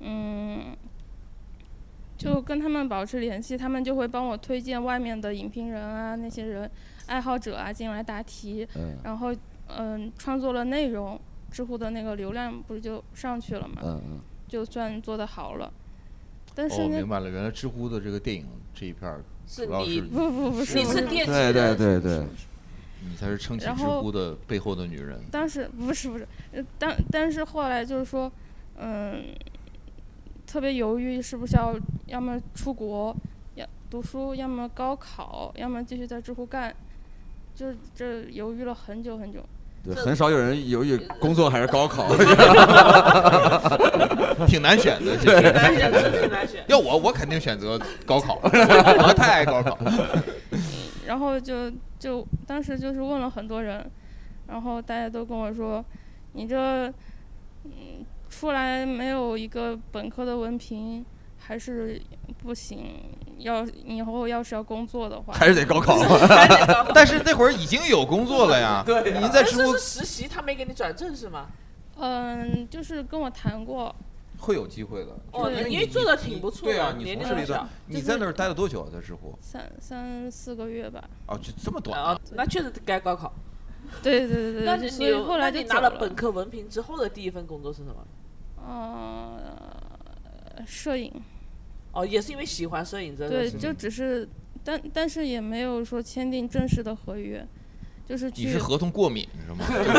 嗯就跟他们保持联系，他们就会帮我推荐外面的影评人啊，那些人爱好者啊进来答题，嗯然后嗯创作了内容，知乎的那个流量不是就上去了嘛，嗯嗯。就算做得好了，但哦，是那明白了，原来知乎的这个电影这一片儿是主要你是不不不是你是电对对对对，你才是撑起然知后乎的背后的女 [LAUGHS] 人。 [LAUGHS] 当时不是不是，呃当但是后来就是说，嗯，特别犹豫是不是要要么出国，要读书，要么高考，要么继续在知乎干，就是这犹豫了很久很久。 [LAUGHS] 对，很少有人犹豫工作还是高考， [LAUGHS] 挺难选的，这对挺是难选真挺难选要我，我肯定选择高考，我太爱高考。然后就就当时就是问了很多人，然后大家都跟我说，你这嗯出来没有一个本科的文凭还是不行，要以后要是要工作的 [LAUGHS] 话，还是得高考 [LAUGHS] [LAUGHS] 但是那 [LAUGHS] 会儿已经有工作了呀。对您在但知是乎是实习，他没给你转正是吗？嗯，就是跟我谈过，会有机会的。哦就是你因你为做得挺不错的对啊，你年龄从事了一小段，就你是在那儿 [LAUGHS] 待了多久啊？在知乎？三三四个月吧。啊，就这么短啊，那确实该高考。对对对那对，你所以后来那就你拿走了本科文凭之后的第一份工作是什么？呃，摄影，哦，也是因为喜欢摄影，真的对，是就只是，但但是也没有说签订正式的合约，呃就是去你是合同过敏是吗？ [LAUGHS] 就是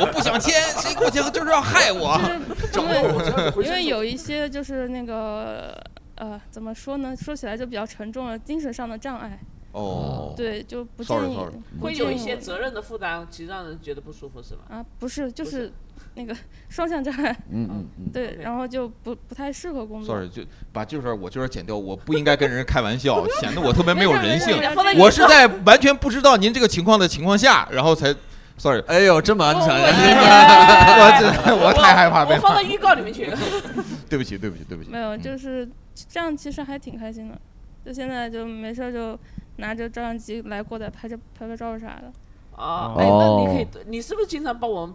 我不想签，谁给我签就是要害我就是，整因得我这样为浑身因为都有一些就是那个呃，怎么说呢？说起来就比较沉重了，精神上的障碍。哦对，就不建 Sorry，议 sorry 不会建有一议些我责任的负担，其实让人觉得不舒服，是吗？啊，不是，就是那个双向障碍。嗯嗯嗯对，然后就不不太适合工作。 sorry，就把这事儿我就是剪掉，我不应该跟人开玩笑，显得我特别没有人性没事没事没。事我是在完全不知道您这个情况的情况下，然后才 sorry。哎呦，这么安全啊 [LAUGHS] 我这我太害怕被我放骂到。预告里面去。对不起，对不起，对不起。嗯没有，就是这样，其实还挺开心的。就现在就没事儿就拿着照相机来过来拍照拍拍照啥的。啊，哎，哦那你可以，你是不是经常帮我们？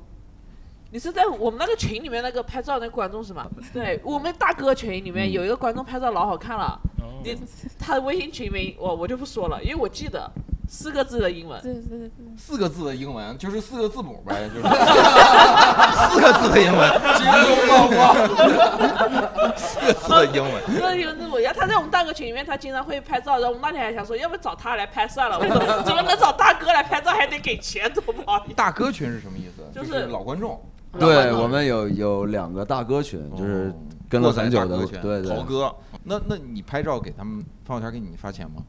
你是在我们那个群里面那个拍照那观众是吗？对我们大哥群里嗯面有一哦个观众拍照老好看了，你他的微信群名我我就不说了，因为我记得四个字的英文。对对对。四个字的英文就是四个字母呗， [LAUGHS] 就是四个字的英文，精忠报国， [LAUGHS] 四个字的 [LAUGHS] 英文。四个字母，他在我们大哥群里面，他经常会拍照，然后我们那天还想说，要不找他来拍算了，我说 [LAUGHS] 怎么能找大哥来拍照，还得给钱，多不好意思。大哥群是什么意思？就就是是老观众。对我们有有两个大哥群，就是跟了很久哦过的载大哥，群对对，豪哥。那那你拍照给他们朋友圈给你发钱吗？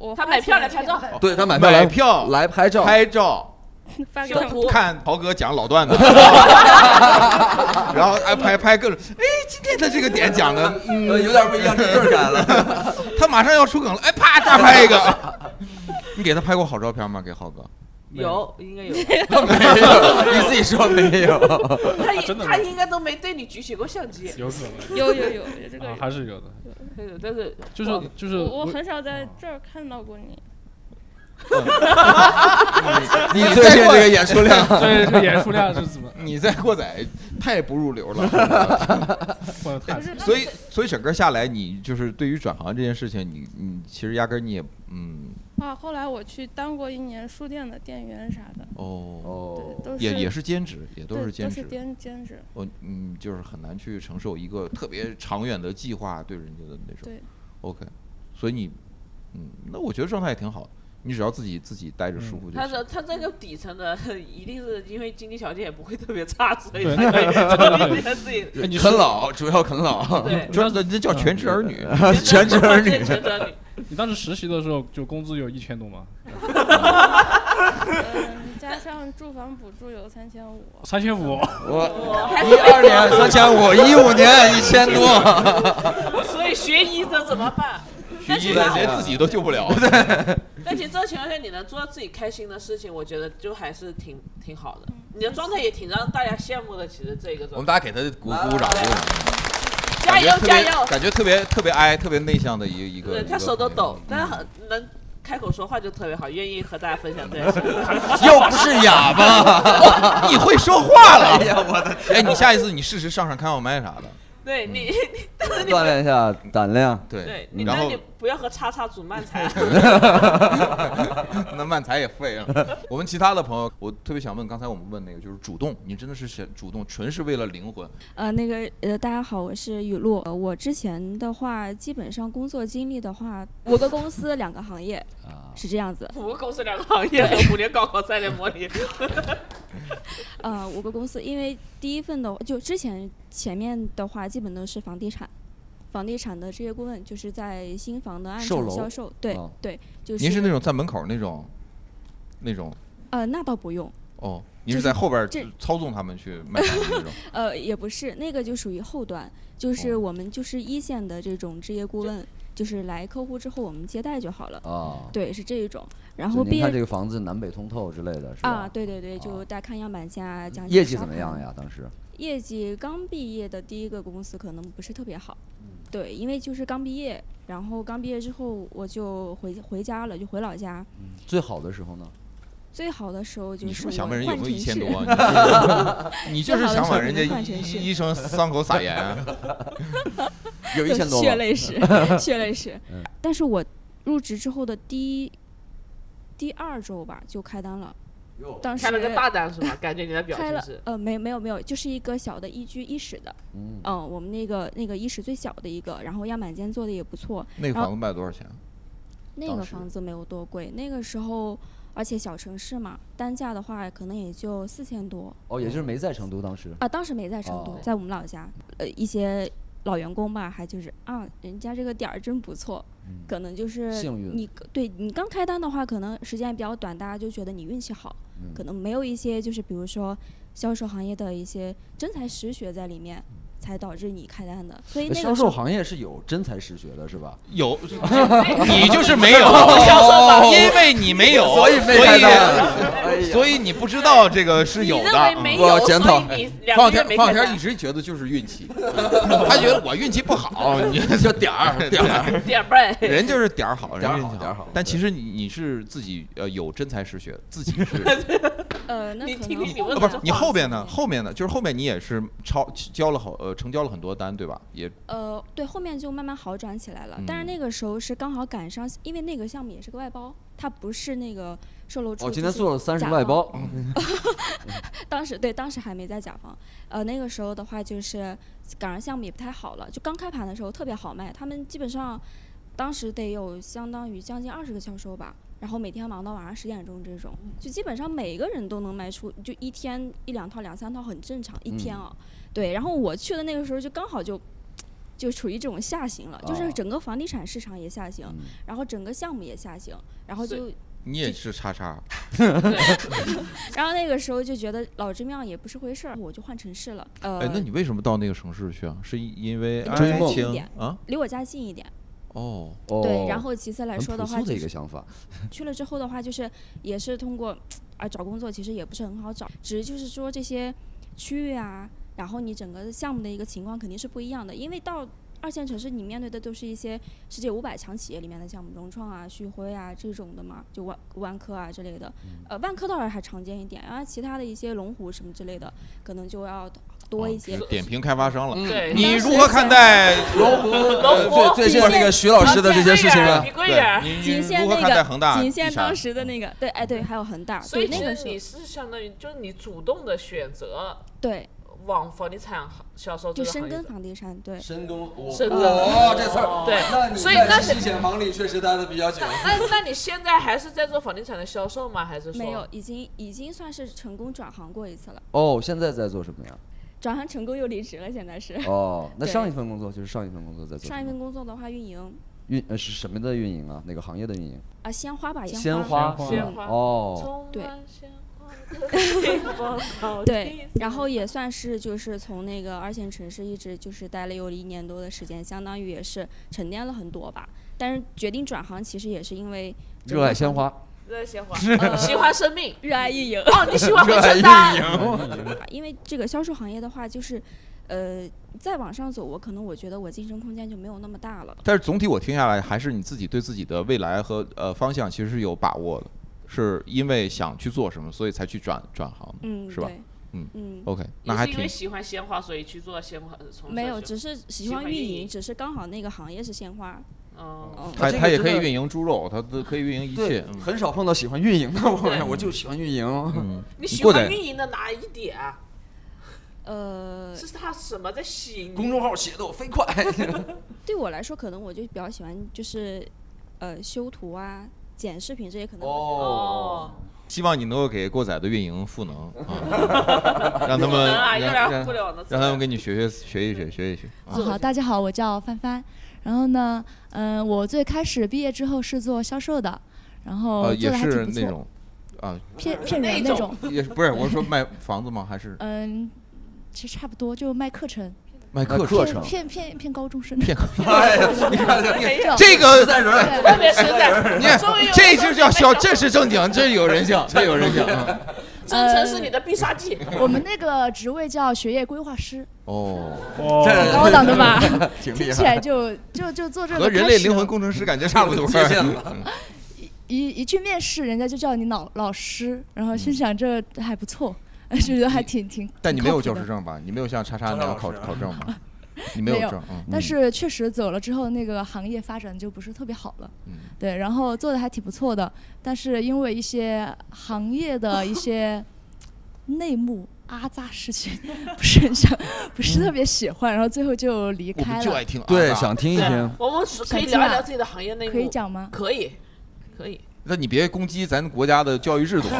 我他买票来 [LAUGHS] 拍照，对他买票来买票来拍照，[LAUGHS] 拍照，发给我们。看豪哥讲 [LAUGHS] 老段子，然后哎拍拍各种，哎今天的这个点讲的嗯呃有点不一样，这字儿改了，他马上要出梗了，哎啪大 [LAUGHS] 拍一 [LAUGHS] 啊个。你给他拍过好照片吗？给豪哥？。有应该有 [LAUGHS] 没有，你自己说没有。他啊应他应该都没对你举起过相机。有可能有有有有这个啊有还是有的。对但是就是我就是我我我很少在这儿看到 [LAUGHS] 过你。你最近这个演出量 [LAUGHS] 对这个演出量是怎么 [LAUGHS] 你在过载太不入流了 [LAUGHS] 过得太不是，所以所以整个下来，你就是对于转行这件事情，你你其实压根儿你也嗯啊，后来我去当过一年书店的店员啥的，哦对都也是也是兼职，也都对是兼都职是。兼兼职。哦，嗯，就是很难去承受一个特别长远的计划对人家的那种。对 OK，所以你嗯，那我觉得状态也挺好，你只要自己自己待着舒服就他行。说他这个底层的，一定是因为经济条件也不会特别差，所 [LAUGHS] 以对。才可以这么一 [LAUGHS] 年自己哎啃老， [LAUGHS] 主要啃老 [LAUGHS] 对，主要这这叫全职儿女嗯 [LAUGHS] 全职儿女。 [LAUGHS] 你当时实习的时候就工资有一千多 [LAUGHS] 吗？嗯，加上住房补助有三千五。三千五。我12年3500 15年1200 1000 [LAUGHS] 所以学医这怎么办？学但医其的实连自己都救不 [LAUGHS] 了。但其实这情况下，你能做到自己开心的事情，我觉得就还是挺挺好嗯的。你的状态也挺让大家羡慕的。其实这个状态，我们大家给他鼓鼓 [LAUGHS] 掌，鼓掌加油感觉特别加油感觉特别特别哀，特别内向的一一个。对一他个手都 [LAUGHS] 朋友。抖，但很能开口说话就特别好，愿意和大家分享这 [LAUGHS] 件事又不是哑 [LAUGHS] 巴，你会说话了。哎呀我的天嗯哎，你下一次你试试上上开放麦啥的，对你， [LAUGHS] 你但是你锻炼一下胆量，对对你，然但后你不要和叉叉组慢 [LAUGHS] 才。那漫才也废了。我们其他的朋友，我特别想问，刚才我们问那个，就是主动，你真的是想主动，纯是为了灵魂。呃，那个呃，大家好，我是雨露。呃我之前的话，基本上工作经历的话，五个公司，两个行业，是这样子。 [LAUGHS] 五个公司两个行业，五年高考三年模拟。呃，五个公司，因为第一份的就之前前面的话，基本都是房地产，房地产的这些顾问，就是在新房的暗售场楼啊销售，对、哦对，就是。您是那种在门口那种，那种呃，那倒不用，哦，您是在后边这操纵他们去卖房的那种。 [LAUGHS] 呃，也不是，那个就属于后端，就是我们就是一线的这种置业顾问，就是来客户之后我们接待就好了。啊对，是这一种。然就后毕您业看这个房子南北通透之类的，是吧？啊，对对对，哦就大家看样板下讲解业绩沙怎么样盘呀？？当时业绩刚毕业的第一个公司可能不是特别好，嗯对，因为就是刚毕业，然后刚毕业之后我就回回家了，就回老家。最好的时候呢？最好的时候就嗯你是不是我想问人有换没有城一千市多 [LAUGHS] 啊？你 [LAUGHS] 就是你就是最好的想时候往可人能家换城市医 [LAUGHS] 医生伤口撒盐啊 [LAUGHS] 有就1000多吗血泪 [LAUGHS] 史，血泪史嗯。但是我入职之后的第一、第二周吧，就开单了。当时开了个大单是吧？感觉你的表开情了是。 [LAUGHS] 呃没没有没有，就是一个小的一居一室的，嗯我们那个那个一室最小的一个，然后样板间做的也不错。那个然后房子卖多少钱？啊那个房子没有多贵，那个时候而且小城市嘛，单价的话可能也就四千多哦，也就是没在成都，当时啊，当时没在成都，哦在我们老家，呃一些老员工吧，还就是啊，人家这个点儿真不错。可能就是嗯幸运你对你刚开单的话，可能时间比较短，大家就觉得你运气好，嗯可能没有一些就是比如说销售行业的一些真才实学在里面，才导致你开单的。所以呃那销个时候售行业是有真才实学的，是吧？ [LAUGHS] 有，你啊就是没有哦，因为你没有， [LAUGHS] 所以没所开 [LAUGHS] 单。以所以你不知道这个是有你认的为没。有我要检讨所以你两个放月天没开单放天一直觉得就是运气，他觉得我运气不好，你就点儿点儿点儿背人就是点儿好，人点儿好运气点儿好但其实你你是自己呃有真才实学，自己 [LAUGHS] 是。呃，那可能你问啊，不是你后边呢？后面呢？就是后面你也是超交了好呃成交了很多单对吧？也呃，对，后面就慢慢好转起来了。但是嗯那个时候是刚好赶上，因为那个项目也是个外包，它不是那个售楼处。哦我今天就是做了三十甲外方包， [LAUGHS] 当时对，当时还没在甲方，呃，那个时候的话就是赶上项目也不太好了，就刚开盘的时候特别好卖，他们基本上当时得有相当于将近二十个销售吧，然后每天忙到晚上十点钟这种，嗯就基本上每个人都能卖出，就一天一两套、两三套很正常，一天嗯啊、对，然后我去的那个时候就刚好就。就处于这种下行了，就是哦嗯整个房地产市场也下行，然后整个项目也下行，然后就你也是叉叉， [LAUGHS] [LAUGHS] 然后那个时候就觉得老之庙也不是回事儿，我就换城市了。呃，哎，那你为什么到那个城市去啊？是因为离我爱家近一情点啊？离我家近一点。哦，对然后其次来很说的朴话素的就一是个想法，去了之后的话，就是也是通过啊找工作，其实也不是很好找，只是就是说这些区域啊，然后你整个项目的一个情况肯定是不一样的，因为到。二线城市，你面对的都是一些世界五百强企业里面的项目，融创啊、旭辉啊这种的嘛，就万万科啊之类的。嗯呃，万科倒是还常见一点，啊，其他的一些龙湖什么之类的，可能就要多一些。哦点评开发商了。嗯对嗯你当如时何看待龙湖呃龙湖最最近仅那限个徐老师的这些事情呢？你贵对点，你仅你啊限如何那看待个，恒大？仅限地产当时的那个，对，哎对，还有恒大，所以对其那个实时候你是相当于就是你主动的选择对，往房地产行销售这就个深行业耕房地产，对，深耕，深耕哦，这词儿，对那你所以在那是西险房里确实待的比 [LAUGHS] 较久。那那你现在还是在做房地产的销售吗？还是说没有，已经已经算是成功转行过一次了，哦，现在在做什么呀？转行成功又离职了，现在是。哦，那对上一份工作就是上一份工作在做什么。上一份工作的话，运营运呃是什么的运营啊？哪个行业的运营？啊，鲜花吧，鲜花，花鲜花哦对。 [LAUGHS] 花对，然后也算是就是从那个二线城市一直就是待了有一年多的时间，相当于也是沉淀了很多吧。但是决定转行，其实也是因为整热爱个鲜花。 [LAUGHS] 热爱鲜花，呃喜欢生命，热爱运营。哦，你喜欢回 [LAUGHS] 热爱承担 [LAUGHS] [LAUGHS] 运营因为这个销售行业的话，就是，呃，再往上走，我可能我觉得我晋升空间就没有那么大了。但是总体我听下来，还是你自己对自己的未来和呃方向其实是有把握的，是因为想去做什么，所以才去转转行的，嗯是吧对？嗯嗯 OK，也那还是因挺为喜欢鲜花，所以去做鲜花。从没有，小就只嗯是喜欢运营，只是刚好那个行业是鲜花。嗯哦他啊这个他也真可以的运营猪肉，他都可以运营一对切，，嗯很少碰到喜欢运营的我呀，我就喜欢运营。 [LAUGHS] 你喜过欢载运营的哪一点啊？ [LAUGHS] 呃，是他什么在吸引你？公众号写的我飞 [LAUGHS] 快。 [LAUGHS] 对我来说，可能我就比较喜欢就是，呃，修图啊、剪视频这些可能会。哦希望你能够给过载的运营赋能 [LAUGHS] 啊，让他赋们能啊又来让让互联网的词让他们给你学学学一学学一学啊 [LAUGHS] 好，大家好，我叫帆帆。然后呢，嗯、我最开始毕业之后是做销售的，然后呃做也的还挺是不那错种。啊骗骗人那种也是不是我是说卖房子吗？[LAUGHS] 还是嗯，其实差不多，就卖课程。卖课程骗骗骗骗高中生。 [LAUGHS] 骗 [LAUGHS] 高哎呀你看这这个这个对 [LAUGHS] 特别实在你看终于有人这说就你叫卖小，小这是正经，这有人性，这有人性。嗯 [LAUGHS] 真诚是你的必杀技。呃 [LAUGHS] 我们那个职位叫学业规划 [LAUGHS] 师，哦，？很高档的 [LAUGHS] 吧挺厉听起来害，就就就做这个和人开类始灵了魂工程师感觉差不多。嗯界限了嗯一一去面试，人家就叫你老老师，然后心想这还不错， [LAUGHS] 就觉得还挺挺。嗯但你挺没有靠谱教的师证吧？你没有像叉叉那样考啊考证 [LAUGHS] 吧？你没有证，嗯但是确实走了之后，那个行业发展就不是特别好了。嗯对，然后做的还挺不错的，但是因为一些行业的一 [LAUGHS] 些内幕阿扎事情，不是很想，不嗯是特别喜欢，然后最后就啊离开了。对，想听一听。我们是可以想听聊一啊聊自己的行业内幕，可以讲吗？可以，可以。那你别攻击咱国家的教育制度哦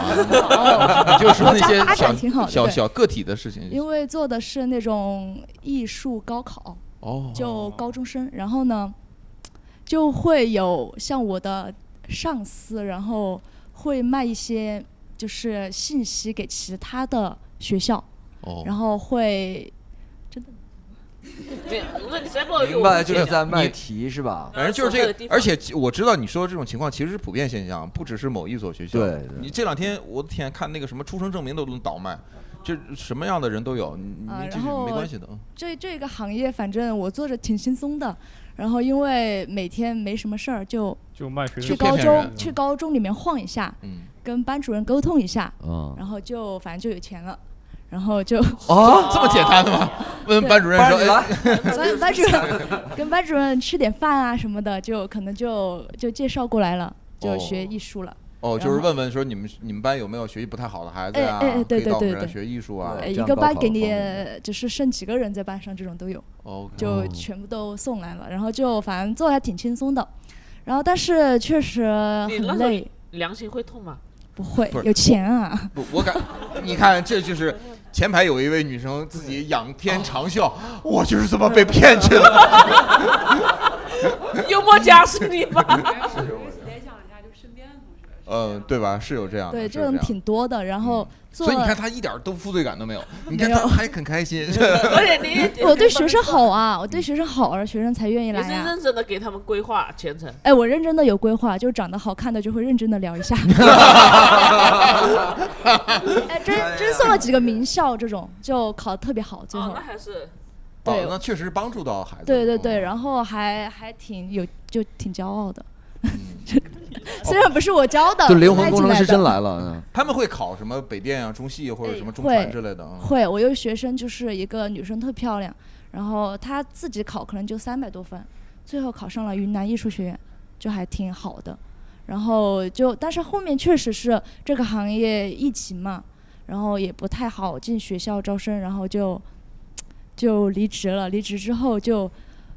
啊！ [LAUGHS] 你就说那国些家发展挺好小的小对小个体的事情。因为做的是那种艺术高考，哦就高中生，然后呢，就会有像我的上司，然后会卖一些就是信息给其他的学校，哦然后会没有，我问你随便我明白，就是对在卖你题是吧？反正就是这所有的个地，方而且其我知道你说的这种情况其实是普遍现象，不只是某一所学校。对对你这两天我的天，看那个什么出生证明都能倒卖，这什么样的人都有，你啊你，嗯这然是后没关系的。嗯这这个行业，反正我做着挺轻松的。然后因为每天没什么事儿，就就卖学去生高骗骗人啊中去高中里面晃一下，嗯跟班主任沟通一下，嗯然后就反正就有钱了，然后就啊哦这么简单的吗问班主任说对 [LAUGHS] 哎班 [LAUGHS] 班主任跟班主任吃点饭啊什么的，就可能就就介绍过来了。就是学艺术了。哦，然就是后问问说你们你们班有没有学习不太好的孩子哎呀？哎哎可对以对到我对们这对，儿学艺术啊？呃一个班给你 [LAUGHS] 就是剩几个人在班上，这种都有。 OK 就全部都送来了，然后就反正做的还挺轻松的，然后但是确实你很那时累候，良心会痛吗？不会不是有钱啊。 [LAUGHS] 不，我感，你看，这就是前排有一位女生自己仰哦天长啸，我就是这么被骗去 [LAUGHS] 的。幽默家是你吗？ [LAUGHS] 啊嗯，对吧？是有这样的，对，是这有种样的挺多的，然后做所以你看了。他一点都负罪感 [LAUGHS] 都没有，你看他还很开心。 [LAUGHS] 我对学生好啊，我对学生好啊，学生才愿意你来是啊。认真的给他们规划前程。哎，我认真的有规划，就长得好看的就会认真的聊 [LAUGHS] 一下。哎，真真送了几个名校，这种就考得特别好，最后。还是哦，那确实是帮助到孩子。嗯哦对对对，然后还还挺有，就挺骄傲的。嗯 [LAUGHS] 虽然不是我教 [LAUGHS] 的，带进的了。他们会考什么北电啊、中戏啊或者什么中会传之类的啊？会，我有学生就是一个女生特漂亮，然后她自己考可能就三百多分，最后考上了云南艺术学院，就还挺好的。然后就，但是后面确实是这个行业疫情嘛，然后也不太好进学校招生，然后就就离职了。离职之后就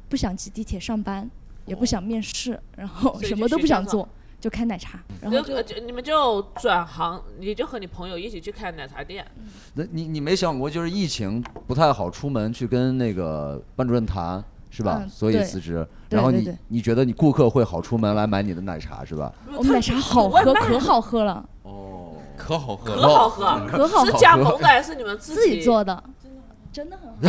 不想挤地铁上班，也哦不想面试，然后所以什就么都学不校想了做，就开奶茶。然后就呃就你们就转行，你就和你朋友一起去开奶茶店。嗯那你你没想过，就是疫情不太好出门去跟那个班主任谈，是吧？嗯所以对辞职。对然后对你对你觉得你顾客会好出门来买你的奶茶是吧？哦我们奶茶好喝，可好喝了，可好喝，嗯可好喝，嗯可好喝是加盟的还是你们自己己做 [LAUGHS] 的。 [LAUGHS]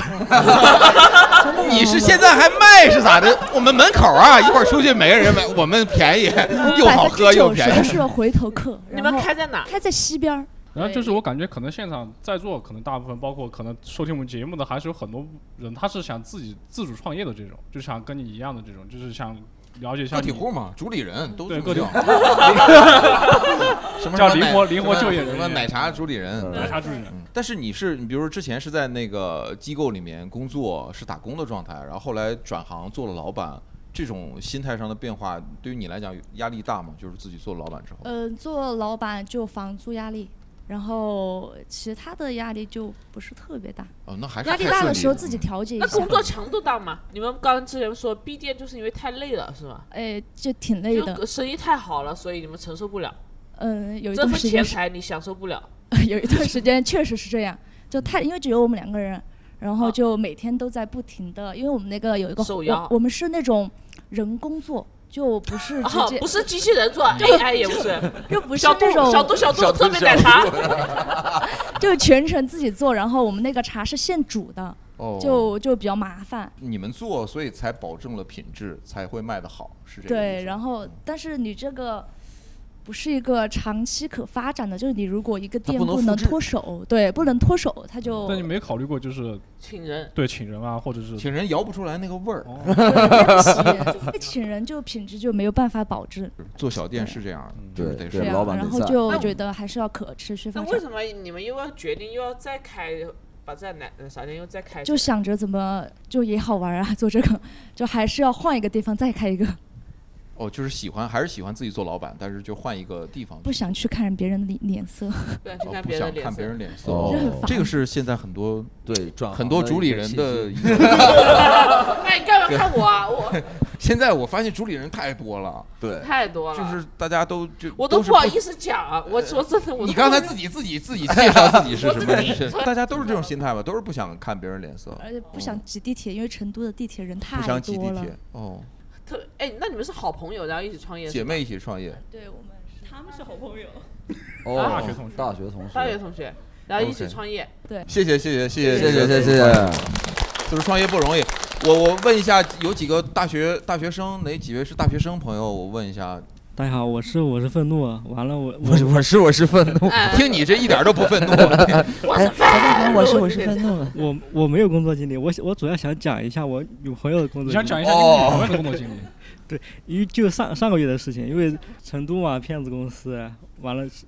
你是现在还卖是咋的？我们门口啊，一会儿出去每个人买， [LAUGHS] 我们 [LAUGHS] 便宜，又好喝又便90%宜。是回头客。你然们后开在哪？开在西边儿。然后就是我感觉可能现场在座可能大部分，包括可能收听我们节目的，还是有很多人，他是想自己自主创业的这种，就想跟你一样的这种，就是想了解一下个体你户嘛，主理人都对这个么体叫户 [LAUGHS] 什么叫什么灵奶活灵活什么就业什人么员奶茶主理人，奶茶主理人嗯。但是你是，你比如说之前是在那个机构里面工作，是打工的状态，然后后来转行做了老板，这种心态上的变化，对于你来讲压力大吗？就是自己做老板之后，嗯、做老板就房租压力，然后其他的压力就不是特别大。哦，那还是压力太大顺的利时候了自己调节一下。嗯那工作强度大吗？你们刚之前说闭店就是因为太累了，是吗？哎，就挺累的就。生意太好了，所以你们承受不了。嗯，有一这段份时间钱是财你享受不了。 [LAUGHS] 有一段时间确实是这样，就太因为只有我们两个人，然后就每天都在不停的，因为我们那个有一个啊手摇我我们是那种人工做，就不是直哦接、，呃不是机器 [LAUGHS] 人做就，AI 也不是，又不是小度那种小度小小度度做杯 [LAUGHS] 小奶度茶，就全程自己做，然后我们那个茶是现煮的，哦就就比较麻烦。你们做，所以才保证了品质，才会卖得好，是这个意思吗对，然后但是你这个不是一个长期可发展的，就是你如果一个它店不能不复能制脱手，对，不能脱手，它就但你没考虑过就是哦请人对请人啊，或者是请人摇不出来那个味儿。哦 [LAUGHS] [LAUGHS] 那请人就品质就没有办法保证。做小店是这样的，嗯就是得对是老板啊然得后就在觉得还是要可持续那发为展，什么你们又要决定又要再开，把这奶啥店又再开？就想着怎么就也好玩啊，做这个就还是要换一个地方再开一个，哦，就是喜欢，还是喜欢自己做老板，但是就换一个地方。不想去看别人的脸色。 [LAUGHS] 对，哦，不想看别人脸色。哦这很这个是现在很多对很多行的主一理个人信的息 [LAUGHS] 一个。那哎你干嘛看我啊？我 [LAUGHS] 现在我发现主理人太多了，对太多了就是大家都就我都是不好意思讲，我说真的，我你都刚才不自己自己自己介绍自己是我什自么己人？大家都是这种心态吧，都是不想看别人脸色，哦而且不想挤地铁，因为成都的地铁人不太想挤多地了。铁。哦，特哎，那你们是好朋友，然后一起创业，姐妹一起创业，对我们他们是好朋友。哦，大学同学，大学同学，大学同学，然后一起 OK 创业，对谢谢谢谢谢谢谢谢谢谢就是创业不容易。我我问一下，有几个大学大学生？哪几位是大学生朋友？我问一下。大家好，我是我是愤怒，啊完 [LAUGHS] 了我哎我是我是我是愤 [LAUGHS] 怒听你这一点都不愤怒我是哎大家好我是我是愤啊怒。我我没有工作经历，我想我主要想讲一下我女朋友的工作经历。你想讲一下你哦女朋友的工作经历？ [LAUGHS] 对，因为就上上个月的事情，因为成都嘛，骗子公司，完了是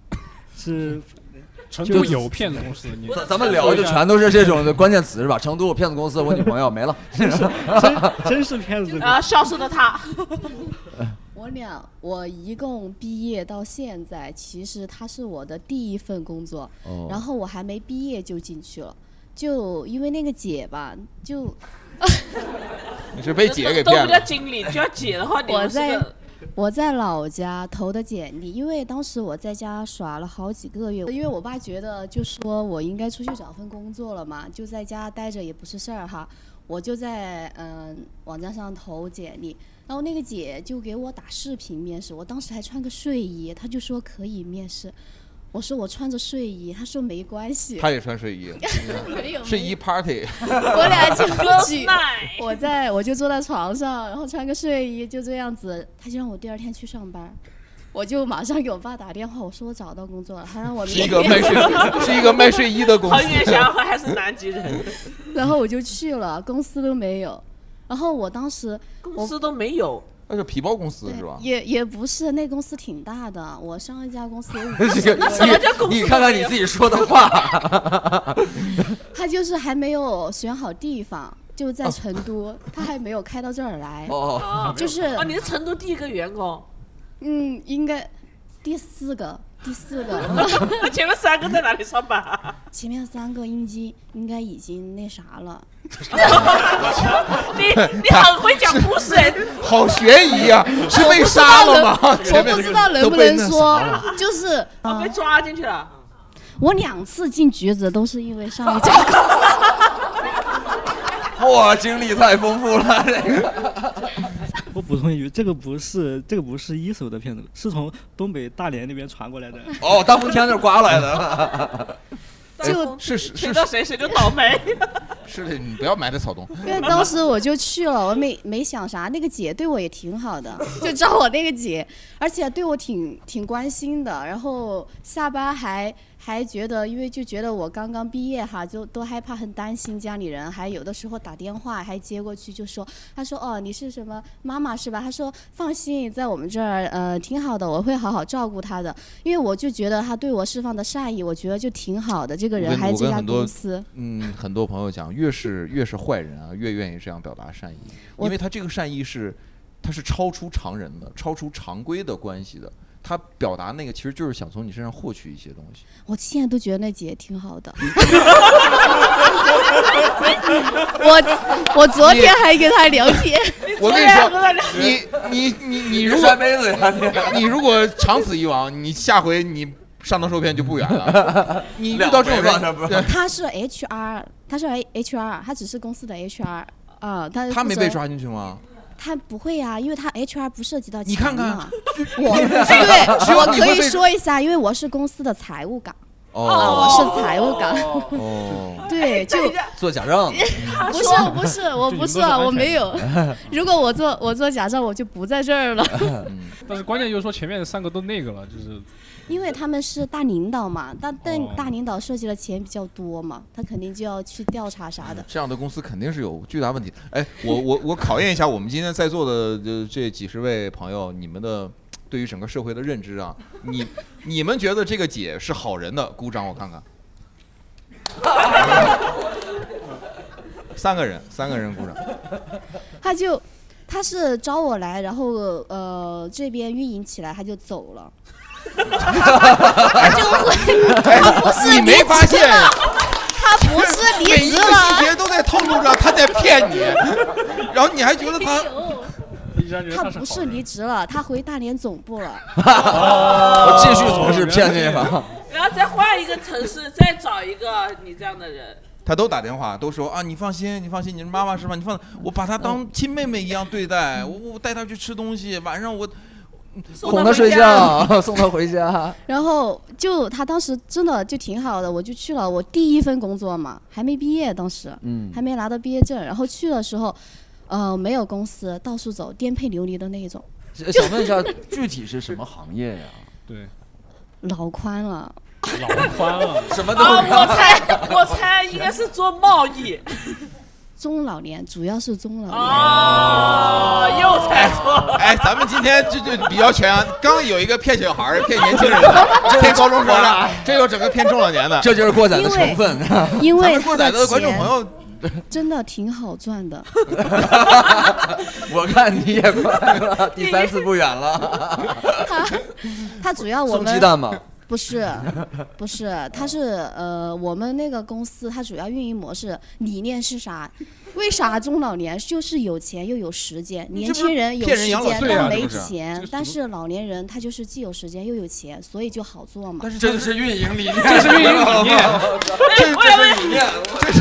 是 [LAUGHS] 成就都是有骗子公司，你咱咱们聊就全都是这种的关键词是吧？成都骗子公司，我女朋友没了。 [LAUGHS] 啊真真是骗子公司然后消失的他， [LAUGHS] 我俩，我一共毕业到现在，其实它是我的第一份工作，哦然后我还没毕业就进去了，就因为那个姐吧，就你是被姐给都骗不叫了。经理，叫姐的话，你我们是在个我在老家投的简历，因为当时我在家耍了好几个月，因为我爸觉得就说我应该出去找份工作了嘛，就在家待着也不是事儿哈，我就在嗯、网站上投简历，然后那个姐就给我打视频面试，我当时还穿个睡衣，她就说可以面试，我说我穿着睡衣，她说没关系，他也 [LAUGHS] 穿睡衣没有，睡衣 party。 [LAUGHS] 我俩就 Girls 举，我在我就坐在床上，然后穿个睡衣就这样子，他就让我第二天去上班，我就马上给我爸打电话，我说我找到工作了，他让我 [LAUGHS] 是一明个卖天睡，是一个卖睡衣的公司。恒源祥和还是南极 [LAUGHS] 人，然后我就去了，公司都没有，然后我当时公司都没 [LAUGHS] 有， [LAUGHS] 那是皮包公司是吧？也也不是，那公司挺大的，我上一家公司有五 [LAUGHS] 这十个个人你你看看你自己说的话。他就是还没有选好地方，就哦在成都，他还没有开到这儿来。哦，就是哦，你是成都第一个员工，嗯，应该第四个，第四 [LAUGHS] 个，那前面三个在哪里上班啊？前面三个应经应该已经那啥了。 [LAUGHS] 你你很会讲故事哎，好悬疑 [LAUGHS] 啊！是被杀了吗？我不知道能不能说，就是我哦被抓进去了。我两次进局子都是因为上 [LAUGHS] 一家公司。哇，经历太丰富了，这个。 [LAUGHS] 我补充一句，这个不是这个不是一手的骗子，是从东北大连那边传过来的。哦，大风天那儿刮来的。哎就是哎是谁是到谁谁就倒霉。 [LAUGHS] 是的，你不要埋汰草东。因为当时我就去了，我没没想啥，那个姐对我也挺好的，就找我那个姐，而且对我挺挺关心的。然后下班还还觉得，因为就觉得我刚刚毕业哈，就都害怕，很担心家里人，还有的时候打电话还接过去就说，她说哦你是什么妈妈是吧？她说放心，在我们这儿呃挺好的，我会好好照顾她的。因为我就觉得她对我释放的善意，我觉得就挺好的，这个我人跟还我这跟家很多公司。嗯，很多朋友讲，越是越是坏人啊，越愿意这样表达善意，因为他这个善意是，他是超出常人的，超出常规的关系的。他表达那个其实就是想从你身上获取一些东西。我现在都觉得那姐挺好的。 [LAUGHS] 我我昨天还跟她聊天。我跟 [LAUGHS] 你说， [LAUGHS] 你你你你如果你是杯子呀你如果长此以往，你下回你上当受骗就不远 [LAUGHS] 了。你遇到这种两人，对她是 HR，她是 HR，她只是公司的 HR 啊，她他没被抓进。进去吗？她不会呀、因为她 HR 不涉及到你看钱看嘛 [LAUGHS] 我只对，有我你可会以被说一下，因为我是公司的财务岗，啊，哦，我是财务岗，哦，对， [LAUGHS] 就做假账不是不是，我不是啊，我没有。 [LAUGHS] [LAUGHS] 如果我做我做假账，我就不在这儿了。 [LAUGHS] 但是关键就是说前面三个都那个了，就是因为他们是大领导嘛，但但哦大领导涉及的钱比较多嘛，他肯定就要去调查啥 [LAUGHS] 的。这样的公司肯定是有巨大问题。哎，我我我考验一下我们今天在座的这这几十位朋友，你们的对于整个社会的认知啊，你你们觉得这个姐是好人的，鼓掌我看看。 [LAUGHS] 三个人，三个人 [LAUGHS] 鼓掌。他就他是招我来，然后呃这边运营起来他就走了。他就 [LAUGHS] 会，他不是哎你没发现离职了他不是每离一职个了细，节都在透露着他在 [LAUGHS] 骗你，然后你还觉得他他不是离职了，他回大连总部了。我继续从事骗这一行。然后再换一个城市，再找一个你这样的人。他都打电话，都说啊，你放心，你放心，你是妈妈是吧？你放，我把她当亲妹妹一样对待，我我带她去吃东西，晚上我哄她 [LAUGHS] 睡觉，送她回家。然后就他当时真的就挺好的，我就去了我第一份工作嘛，还没毕业，当时，嗯还没拿到毕业证。然后去的时候，呃，没有公司，到处走，颠沛流离的那一种，想问一下，具体是什么行业呀？对，老宽了。老宽了，什么啊，我猜，我猜应该是做贸易。 [LAUGHS] 中老年，主要是中老年。哦，又猜错了。哎，咱们今天就就比较全啊，刚有一个骗小孩儿、骗年轻人的，骗高中生的，这又整个骗中老年的，这就是过载的因为成分。 [LAUGHS] 因为过载的观众朋友真的挺好赚的。我看你也快了，第三次不远了。它主要我送们鸡蛋吗？不是，不是，它是呃，我们那个公司它主要运营模式理念是啥？为啥中老年就是有钱又有时间？你年这不是轻人有骗时人养老间费啊但这没不是钱，但是老年人他就是既有时间又有钱，所以就好做嘛。这就是运营理念，这是运营理 [LAUGHS] 念这这是理念，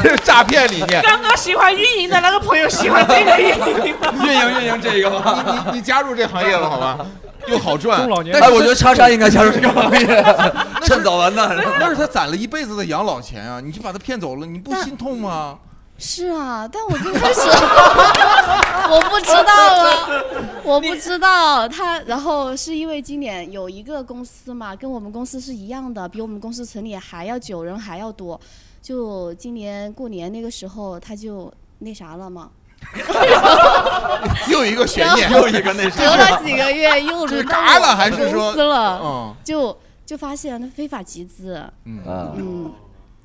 这是诈骗理 [LAUGHS] 念。刚刚喜欢运营的那个朋友喜欢这个运营。 [LAUGHS] 运营运营这个吧，你你你加入这行业了好吧？ [LAUGHS] 又好赚。中老年但哎是我觉得叉叉应该加入这个行 [LAUGHS] 业 [LAUGHS] 趁早完蛋。那是他攒了一辈子的养老钱啊，你就把他骗走了，你不心痛 [LAUGHS] 吗？是啊，但我最开 [LAUGHS] 始我不知道啊， [LAUGHS] 我不知道他。然后是因为今年有一个公司嘛，跟我们公司是一样的，比我们公司成立还要久，人还要多。就今年过年那个时候，他就那啥了嘛，又一个悬 [LAUGHS] 念，然后 [LAUGHS] 又一个那啥。隔了几个 [LAUGHS] 月又这是轮到嘎我了还们是说公司了，嗯就就发现他非法集资，嗯嗯，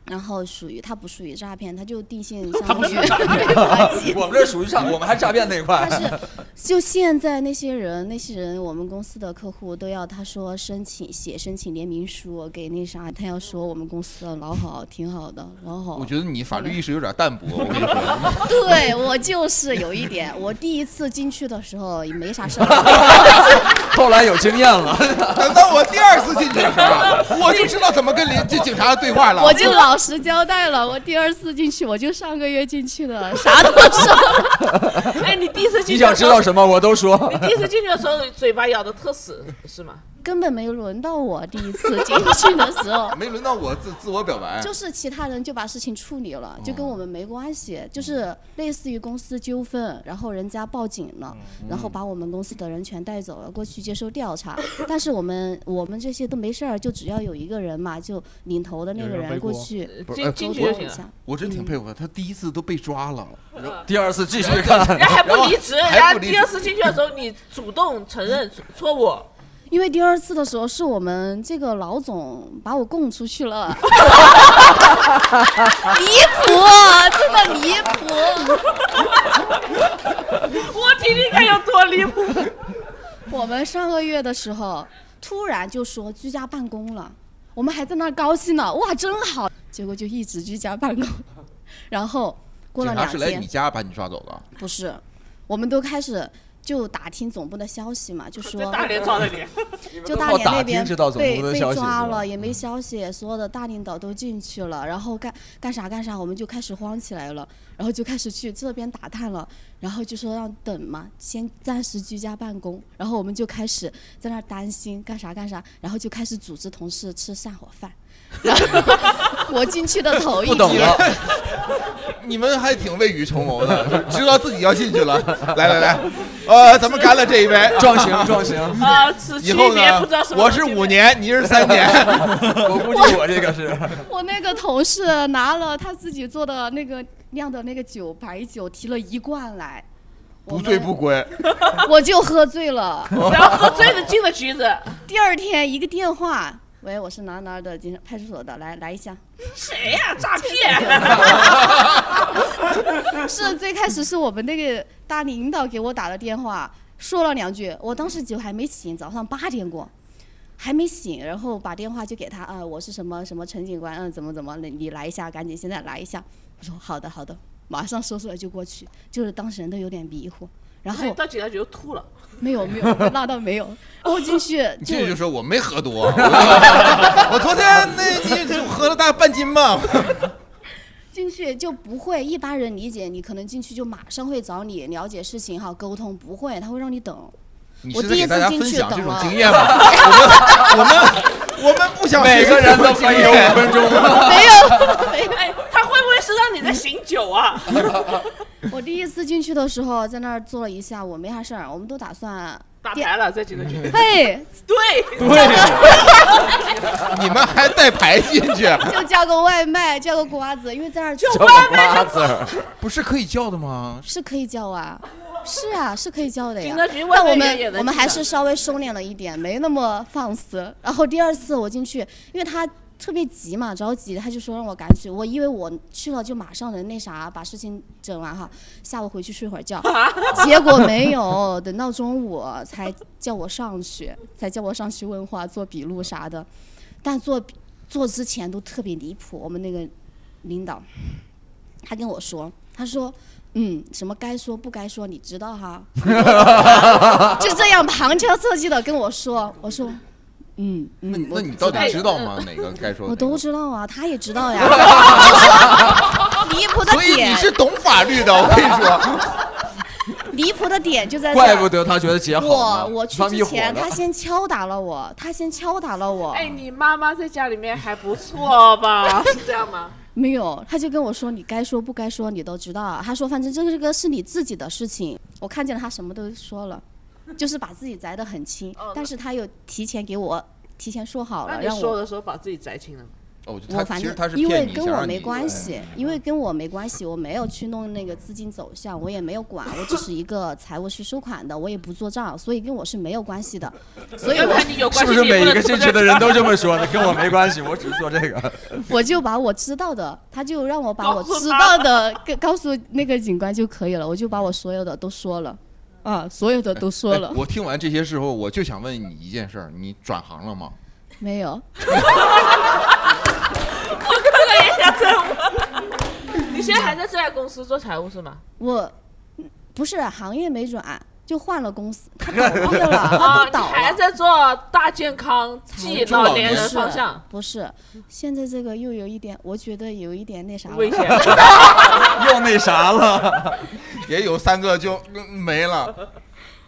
然后属于他不属于诈骗，他就定性相他不当是 [LAUGHS] 于诈骗非法集资我们这属于诈，我们还诈骗那一块。但是 [LAUGHS] 就现在那些人，那些人我们公司的客户都要他说申请写申请联名书给那啥，他要说我们公司的老好挺好的，老好。我觉得你法律意识有点淡薄，我跟你 [LAUGHS] 说。对我就是有一点，我第一次进去的时候也没啥事儿。 [LAUGHS] 后来有经验了，等到我第二次进去的 [LAUGHS] 时候，我就知道怎么跟邻这警察对话了。。我就老实交代了，我第二次进去，我就上个月进去的，啥都上。哎，你第一次进去你想知道什么我都说。你第一次进去的时候嘴巴咬的特死，是吗？ [LAUGHS] 根本没轮到我第一次进去的时候没轮到我自自我表白，就是其他人就把事情处理了，就哦跟我们没关系，就是类似于公司纠纷，然后人家报警了，嗯然后把我们公司的人全带走了，过去接受调查。但是我们我们这些都没事儿，就只要有一个人嘛，就领头的那个人过去不是沟哎通我一下。我嗯真挺佩服他，他第一次都被抓了，然后第二次继续看嗯人还不离职，然后人家还不离职第二次进去的时候，你主动承认错误， [LAUGHS] 因为第二次的时候是我们这个老总把我供出去了，离谱，啊真的离谱。我听听看有多离谱。我们上个月的时候，突然就说居家办公了，我们还在那儿高兴呢，哇，真好。结果就一直居家办公，然后 [LAUGHS] 过了警察两是来天你，家把你抓走的。不是，我们都开始就打听总部的消息嘛，就说大连抓的你，就大连那边被被抓了，也嗯没消息，所有的大领导都进去了，然后干干啥干啥，我们就开始慌起来了，然后就开始去这边打探了，然后就说让等嘛，先暂时居家办公，然后我们就开始在那儿担心干啥干啥，然后就开始组织同事吃散伙饭，然后 [LAUGHS] 我进去的头一不懂天了，你们还挺未雨绸缪的，知道自己要进去了。 [LAUGHS] 来来来，呃，咱们干了这一杯，壮行壮 [LAUGHS] 行啊此去以后年呢不知道什，么我是五年，你是 [LAUGHS] 三年，我估计我这个是。我那个同事拿了他自己做的那个酿的那个酒白酒，提了一罐来， [LAUGHS] 不醉不归。我就喝醉了。 [LAUGHS] 然后喝醉了进了局子，第二天一个电话，喂，我是哪哪儿的警察派出所的，来来一下。谁呀？诈骗！ [LAUGHS] [LAUGHS] 是最开始是我们那个大领导给我打的电话，说了两句，我当时酒还没醒，早上八点过。还没醒，然后把电话就给他啊，我是什么什么陈警官，嗯，怎么怎么，你你来一下，赶紧现在来一下。我说好的好的，马上说出哎来就过去，就是当事人都有点迷糊，然后到警察局就吐了。没有没有，那倒没有，然后进去 [LAUGHS] 就你进去就说我没喝多， [LAUGHS] 我我昨天那你就喝了大半斤吧。进去就不会一般人理解你，可能进去就马上会找你了解事情哈，沟通不会，他会让你等。你我是在第给一大次家进分去享等这种了，经 [LAUGHS] 验吗？我们我们我们不想每个人都可以有五分钟没有没有。哎，他会不会是让你在醒酒啊？我第一次进去的时候，在那儿坐了一下午，没啥事儿，我们都打算打牌了，在警察局。 [LAUGHS] 嘿，对对，你们还带牌进去？ [LAUGHS] 就叫个外卖，叫个瓜子，因为在那儿叫瓜子不是可以叫的吗？是可以叫啊，是啊，是可以叫的呀警察局。外但我面也们能我们还进是的稍微收敛了一点，没那么放肆。然后第二次我进去，因为他特别急嘛，着急，他就说让我赶紧去。我以为我去了就马上能那啥，把事情整完哈，下午回去睡会儿觉。结果没有，等到中午才叫我上去，才叫我上去问话、做笔录啥的。但做做之前都特别离谱，我们那个领导，他跟我说，他说。嗯，什么该说不该说，你知道哈？ [LAUGHS] 就这样旁敲侧击的跟我说，我说嗯，那你那你到底知道吗？哪个该说我的哪都知道啊，他也知道呀，就是离谱个？的所以你点，是懂法律的，我跟你说，离谱的点就在这儿怪不得他觉得姐好呢我我去他们一之伙前，的他先敲打了我，他先敲打了我，哎，你妈妈在家里面还不错 [LAUGHS] 吧？是这样吗？没有，他就跟我说你该说不该说你都知道，他说反正这个这个是你自己的事情，我看见了他什么都说了，就是把自己摘得很轻，哦但是他又提前给我提前说好那了，你让说我的时候把自己摘清了吗？哦，就我他反其正实他是因为骗你跟想我让没你哎关系，因为跟我没关系，我没有去弄那个资金走向，我也没有管，我只是一个财务去收款的，我也不做账，所以跟我是没有关系的。所以要不我然你有是不是每一个正确的人都这么说的？跟我没关系，我只是做这个。 [LAUGHS] 我就把我知道的，他就让我把我知道的跟告诉那个警官就可以了，我就把我所有的都说了，啊，所有的都说了哎，我听完这些事后，我就想问你一件事儿：你转行了吗？[LAUGHS] 没有。我 [LAUGHS] 刚刚也想这么。你现在还在这家公司做财务是吗？ [LAUGHS] 我不是行业没转，就换了公司，他倒 [LAUGHS] 闭了，他啊，都你倒了。还在做大健康暨不老年人方向？不是，现在这个又有一点，我觉得有一点那啥了危险 [LAUGHS] 又那啥了，也有三个就嗯没了。 [LAUGHS]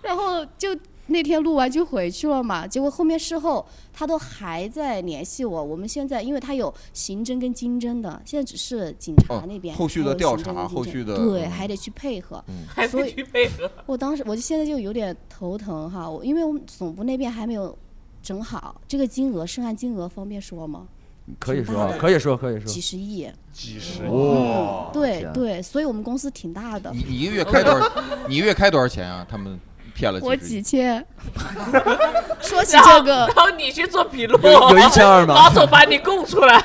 然后就那天录完就回去了嘛，结果后面事后他都还在联系我。我们现在因为他有刑侦跟经侦的，现在只是警察那边、哦后续的还有调刑侦查跟经后侦续的对嗯还得去配合，还所不以去配合？我当时我就现在就有点头疼哈，我因为我们总部那边还没有整好这个金额，涉案金额方便说吗？可以挺说大啊的可以说可以说几十亿，嗯几十亿哇对天对，所以我们公司挺大的。你一个月开 [LAUGHS] 多少？你一个月开多少钱啊？他们骗了我几十亿？几 [LAUGHS] 千。 [LAUGHS] 说起然后这个然，后你去做笔录，有有1200吗 [LAUGHS] 老总把你供出来。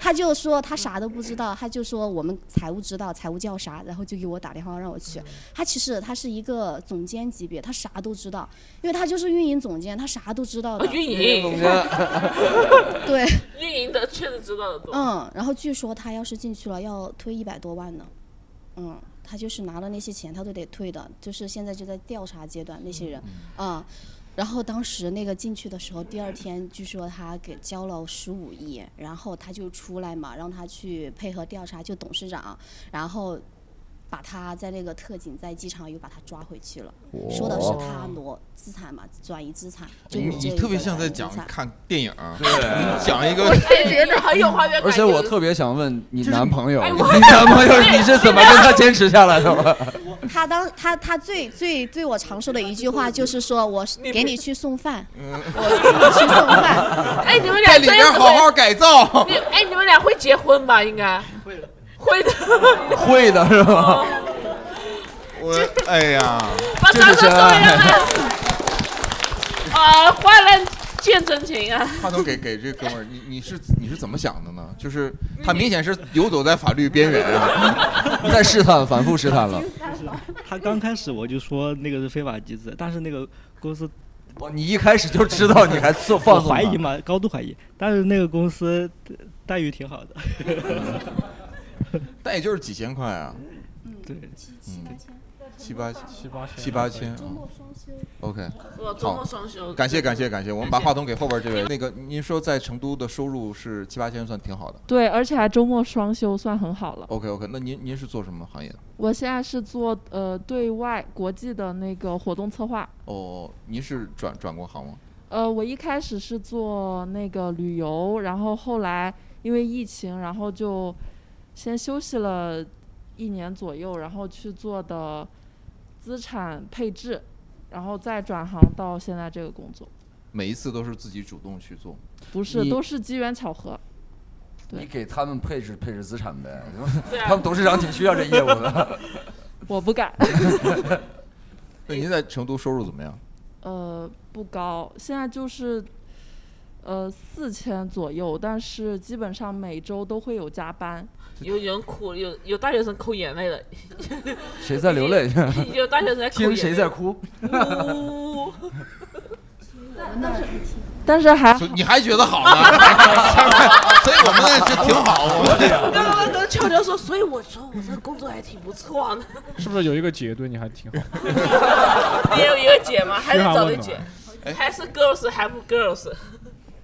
他就说他啥都不知道，他就说我们财务知道，财务叫啥，然后就给我打电话让我嗯去。他其实他是一个总监级别，他啥都知道，因为他就是运营总监，他啥都知道的。哦运营， [LAUGHS] 对，运营的确实知道的多。嗯，然后据说他要是进去了，要退一百多万呢。嗯，他就是拿了那些钱，他都得退的，就是现在就在调查阶段那些人，嗯啊、然后当时那个进去的时候，第二天据说他给交了十五亿，然后他就出来嘛，让他去配合调查，就董事长，然后把他在那个特警在机场又把他抓回去了，说的是他挪资产嘛，转移资产，就你有这哎你一特别个像在转移资讲产看电影儿，对你讲一个我也觉得很有画面感。而且我就是特别想问你男朋友， [LAUGHS] 哎你我男朋友你是怎么跟他坚持下来的吗？他当他他最最对我常说的一句话就是说，我是给你去送饭，我给你去送饭。 [LAUGHS] 哎，你们俩真是会改造你哎，你们俩会结婚吧？应该会的，会 [LAUGHS] 的。会的是吧？我哎呀，哦把这掌是声送真给他爱。们。啊，患难见真情啊！ [LAUGHS] 话筒给给这哥们儿，你你是你是怎么想的呢？就是他明显是游走在法律边缘啊， [LAUGHS] 在试探，反复试探了。他刚开始我就说那个是非法集资，但是那个公司，哦，你一开始就知道你还做放纵我怀他疑嘛，高度怀疑。但是那个公司呃待遇挺好 [LAUGHS] 的，但也就是几千块啊，对，七八千，七八千，嗯七八千啊。OK，我周末双休好，感谢感谢感谢，我们把话筒给后边这位。那个您说在成都的收入是七八千，算挺好的。对，而且还周末双休，算很好了。 OK OK，那您您是做什么行业的？我现在是做呃对外国际的那个活动策划，哦，您是转转过行吗？呃，我一开始是做那个旅游，然后后来因为疫情，然后就先休息了一年左右，然后去做的资产配置，然后再转行到现在这个工作，每一次都是自己主动去做，不是你都是机缘巧合。你给他们配置配置资产呗，对啊 [LAUGHS] 他们董事长挺需要这业务的。我不敢。哎那您在成都收入怎么样？呃，不高，现在就是呃四千左右，但是基本上每周都会有加班。有人哭，有有大学生抠眼 [LAUGHS] 泪了， [LAUGHS] 谁在流泪？有大学生在抠眼听泪。谁在哭？呜？但是但是还你还觉得好呢？ [LAUGHS] 所以我们那就挺好，我们这刚个刚跟悄悄说，所以我说我这个工作还挺不错 [LAUGHS] 呢。是不是有一个姐对你还挺好？你有一个姐吗？还得找的姐哎，还是 girls 还不 girls？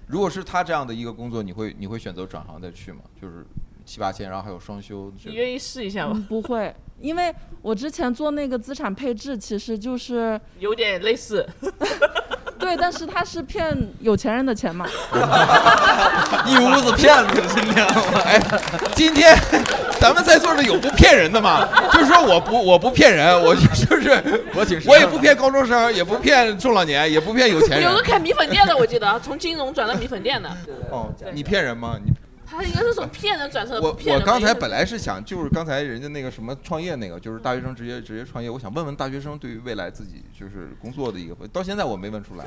如果是他这样的一个工作，你会你会选择转行再去吗？就是七八千，然后还有双休，这你个愿意试一下吗？嗯不会，因为我之前做那个资产配置，其实就是有点类似。对，但是他是骗有钱人的钱嘛。 [LAUGHS] 一屋子骗子，今天， [LAUGHS] 哎，今天咱们在座的有不骗人的吗？就是说我不我不骗人，我就是我挺我也不骗高中生，也不骗中老年，也不骗有钱人有。有个开米粉店的，我记得从金融转到米粉 [LAUGHS] 店的，哦，你骗人吗？你他应该是从骗人呃转成我骗我人刚才的本来是想，就是刚才人家那个什么创业那个，就是大学生直接直接创业，我想问问大学生对于未来自己就是工作的一个，到现在我没问 [LAUGHS] 出来。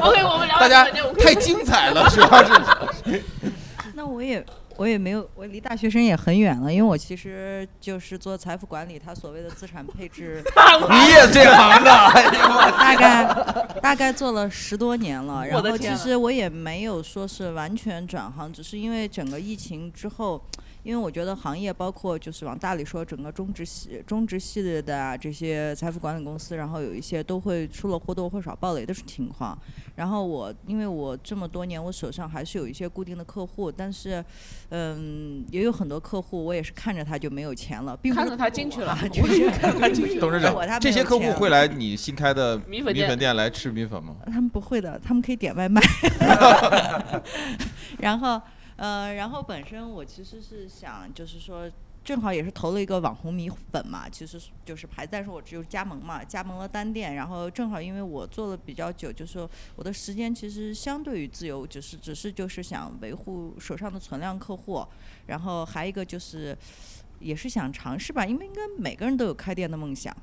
OK，我们聊大家米粉店我，[LAUGHS] 太精彩了，主要是。 [LAUGHS] 那我也我也没有，我离大学生也很远了，因为我其实就是做财富管理，他所谓的资产配置 [LAUGHS] 你也这行的哎呦我 [LAUGHS] 大概大概做了十多年了，我然的天后其啊实我也没有说是完全转行，只是因为整个疫情之后。因为我觉得行业包括就是往大里说，整个中植系、中植系列的啊这些财富管理公司，然后有一些都会出了或多或少暴雷的情况。然后我因为我这么多年，我手上还是有一些固定的客户，但是，嗯，也有很多客户我也是看着他就没有钱了，并不是看着他进去了啊 [LAUGHS] 就是看着他进去了董事长我他没有，这些客户钱啊会来你新开的米米粉店粉店来吃米粉吗？他们不会的，他们可以点 [LAUGHS] 外卖。然后，呃，然后本身我其实是想，就是说，正好也是投了一个网红米粉嘛，其实就是排，但是我只有加盟嘛，加盟了单店，然后正好因为我做了比较久，就是说我的时间其实相对于自由，就是只是就是想维护手上的存量客户，然后还一个就是。也是想尝试吧，因为应该每个人都有开店的梦想，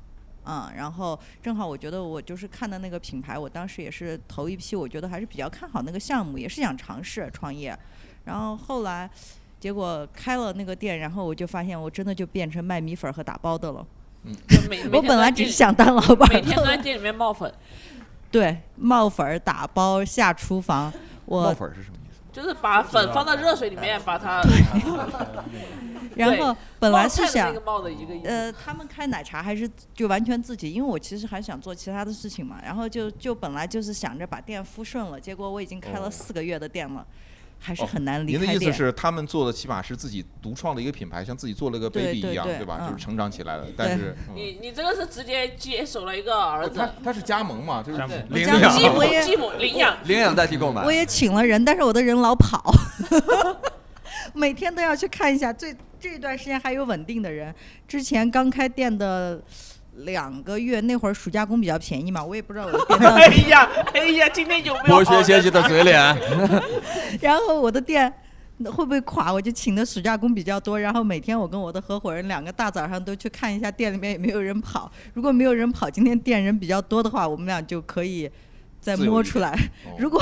嗯，然后正好我觉得我就是看的那个品牌，我当时也是头一批，我觉得还是比较看好那个项目，也是想尝试创业，然后后来结果开了那个店，然后我就发现我真的就变成卖米粉儿和打包的了。嗯每 [LAUGHS] 我本来只是想当老板每天都在店里面冒粉，对，冒粉儿、打包、下厨房，我冒粉儿是什么？就是把粉放到热水里面，把它。 [LAUGHS] 然后本来是冒菜的想那个冒的一个意思呃，他们开奶茶还是就完全自己，因为我其实还想做其他的事情嘛，然后就就本来就是想着把店铺顺了，结果我已经开了哦四个月的店了，还是哦很难离您开的意店。思是，他们做的起码是自己独创的一个品牌，像自己做了个对 baby 对一样，对对吧？嗯就是成长起来了。但是嗯哦你你这个是直接接手了一个儿子，他是加盟嘛，就是对领养哦继母我也继母领养，领养代替购买我。也请了人，但是我的人老跑，每天都要去看一下。最这段时间还有稳定的人，之前刚开店的。两个月那会儿暑假工比较便宜嘛，我也不知道我的店到底哎呀哎呀，今天有没哦有好人的嘴啊脸， [LAUGHS] 然后我的店呃会不会垮，我就请的暑假工比较多，然后每天我跟我的合伙人两个大早上都去看一下店里面有没有人跑，如果没有人跑，今天店人比较多的话，我们俩就可以再自由摸一出点来。哦如果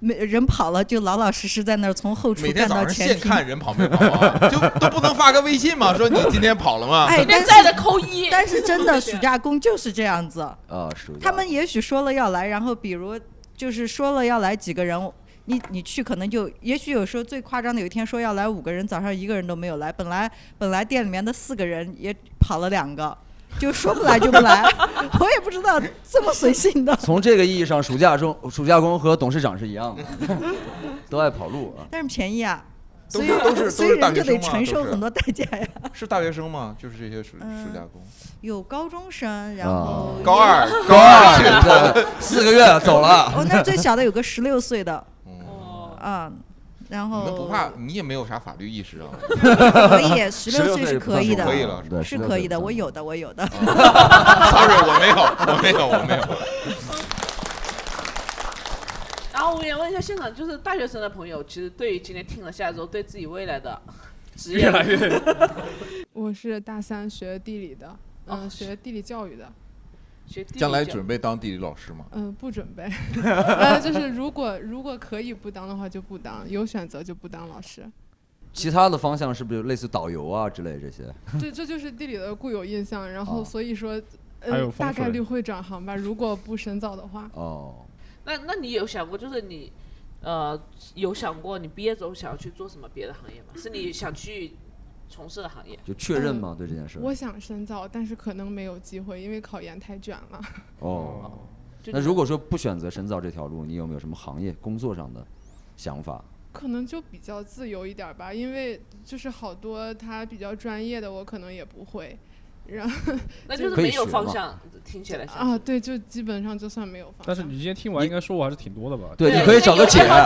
没人跑了，就老老实实在那儿从后厨每天站早到上前现厅。看人跑没跑啊？就都不能发个微信吗？说你今天跑了吗？哎，但在是的扣一，但是真的暑假工就是这样子。啊，是他们也许说了要来，然后比如就是说了要来几个人，你你去可能就，也许有时候最夸张的，有一天说要来五个人，早上一个人都没有来，本来本来店里面的四个人也跑了两个， [LAUGHS] 就说不来就不来， [LAUGHS] 我也不知道这么随性的。从这个意义上，暑假中暑假工和董事长是一样的，都爱跑路啊。但是便宜啊，都所以是都是所都以是大人学就得生嘛，承受都是很多代价呀。 [LAUGHS] 嗯是大学生吗？就是这些暑暑假工，有高中生，然后高二也有高二这四个月走了哦，那最小的有个十六岁 [LAUGHS] 的，嗯，然你们后不怕？你也没有啥法律意识啊？ [LAUGHS] 可 [LAUGHS] 以，十六岁是可以的，可以了，是可以的，我有的，我有的。 [LAUGHS] 哦 Sorry，我没有，我没有，我 [LAUGHS] 没有。然后我也问一下现场，就是大学生的朋友，其实对于今天听了下周对自己未来的职业，越来越我是大三学地理的，嗯、哦学地理教育的。学地理将来卷准备当地理老师吗？嗯，不准 [LAUGHS] 备，呃，就是如果如果可以不当的话就不当，有选择就不当老师。其他的方向是不是类似导游啊之类这些？这这就是地理的固有印象，然后所以说，还呃有，风大概水率会转行 [LAUGHS] 吧，如果不深造的话。哦， [LAUGHS] 那那你有想过，就是你，呃，有想过你毕业之后想要去做什么别的行业吗？是你想去从事的行业？就确认吗？对这件事？我想深造，但是可能没有机会，因为考研太卷了。哦，就那如果说不选择深造这条路，你有没有什么行业工作上的想法？可能就比较自由一点儿吧，因为就是好多他比较专业的，我可能也不会。然后 [LAUGHS] 那就是没有方向，听起来像啊，对，就基本上就算没有方向。但是你今天听完应该收获还是挺多的吧？对你可以找个解。前吧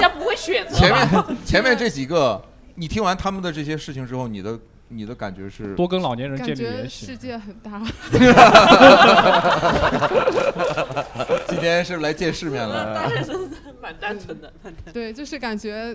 面前面这几个，你听完他们的这些事情之后，你的你的感觉是多跟老年人感觉世界很大。 [LAUGHS] 今天是来见世面大学了。生蛮单纯的，蛮单纯的。对，就是感觉，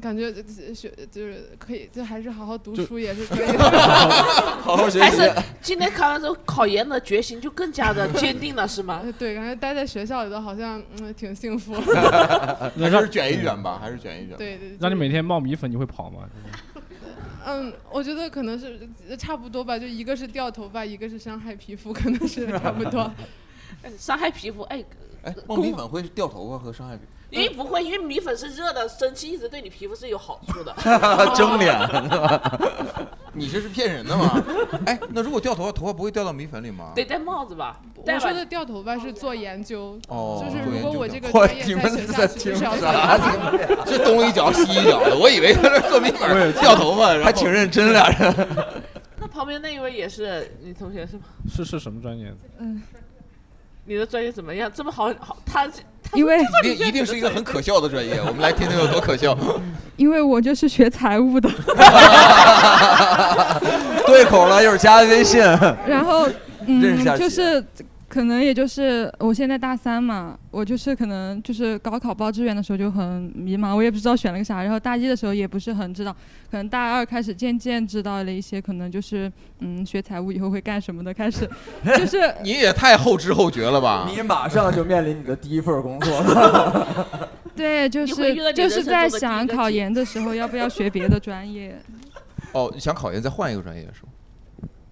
感觉呃学就是可以，就还是好好读就。书也是可以还是呃今天考完之后，考研的决心就更加的坚定了，是吗？ [LAUGHS] 对，感觉待在学校里头好像嗯挺幸福。还是卷一卷吧，还是卷一卷。对对对呃让你每天冒米粉，你会跑 [LAUGHS] 吗？嗯，我觉得可能是呃差不多吧，就一个是掉头发，一个是伤害皮肤，可能是差不 [LAUGHS] 多。哎伤害皮肤，哎，哎，孟米粉会掉头发和伤害皮。因为不会，因为米粉是热的，蒸汽一直对你皮肤是有好 [LAUGHS] 处的 [LAUGHS] 蒸脸，你这是骗人的吗？哎，那如果掉头发，头发不会掉到米粉里吗？得戴帽子吧？戴我吧说的掉头发是做研究，哦就是做如研果究我的这个哇专业你在们学下在去，听就是要做啥啊研究 [LAUGHS] 你们 [LAUGHS] 这东一脚西一脚的，我以为他是做米粉儿掉头发，然后还挺认真俩 [LAUGHS] 人。那旁边那一位也是你同学是吗？ [LAUGHS] 是是什么专业？嗯。你的专业怎么样？这么好好，他他因为他一定一定是一个很可笑的专业，我们来听听有多 [LAUGHS] 可笑。因为我就是学财务 [LAUGHS] 的，对口了，一会儿加微信。然后 [LAUGHS] 认识下嗯，去就是可能也就是我现在大三嘛，我就是可能就是高考报志愿的时候就很迷茫，我也不知道选了个啥，然后大一的时候也不是很知道，可能大二开始渐渐知道了一些，可能就是嗯学财务以后会干什么的，开 [LAUGHS] 始就是你也太后知后觉了吧？你马上就面临你的第一份工作了。对，就你会遇到是你就人是生在中的第一想个考研的 [LAUGHS] 时候要不要学别的专业， [LAUGHS] 哦，你想考研再换一个专业是吗？哦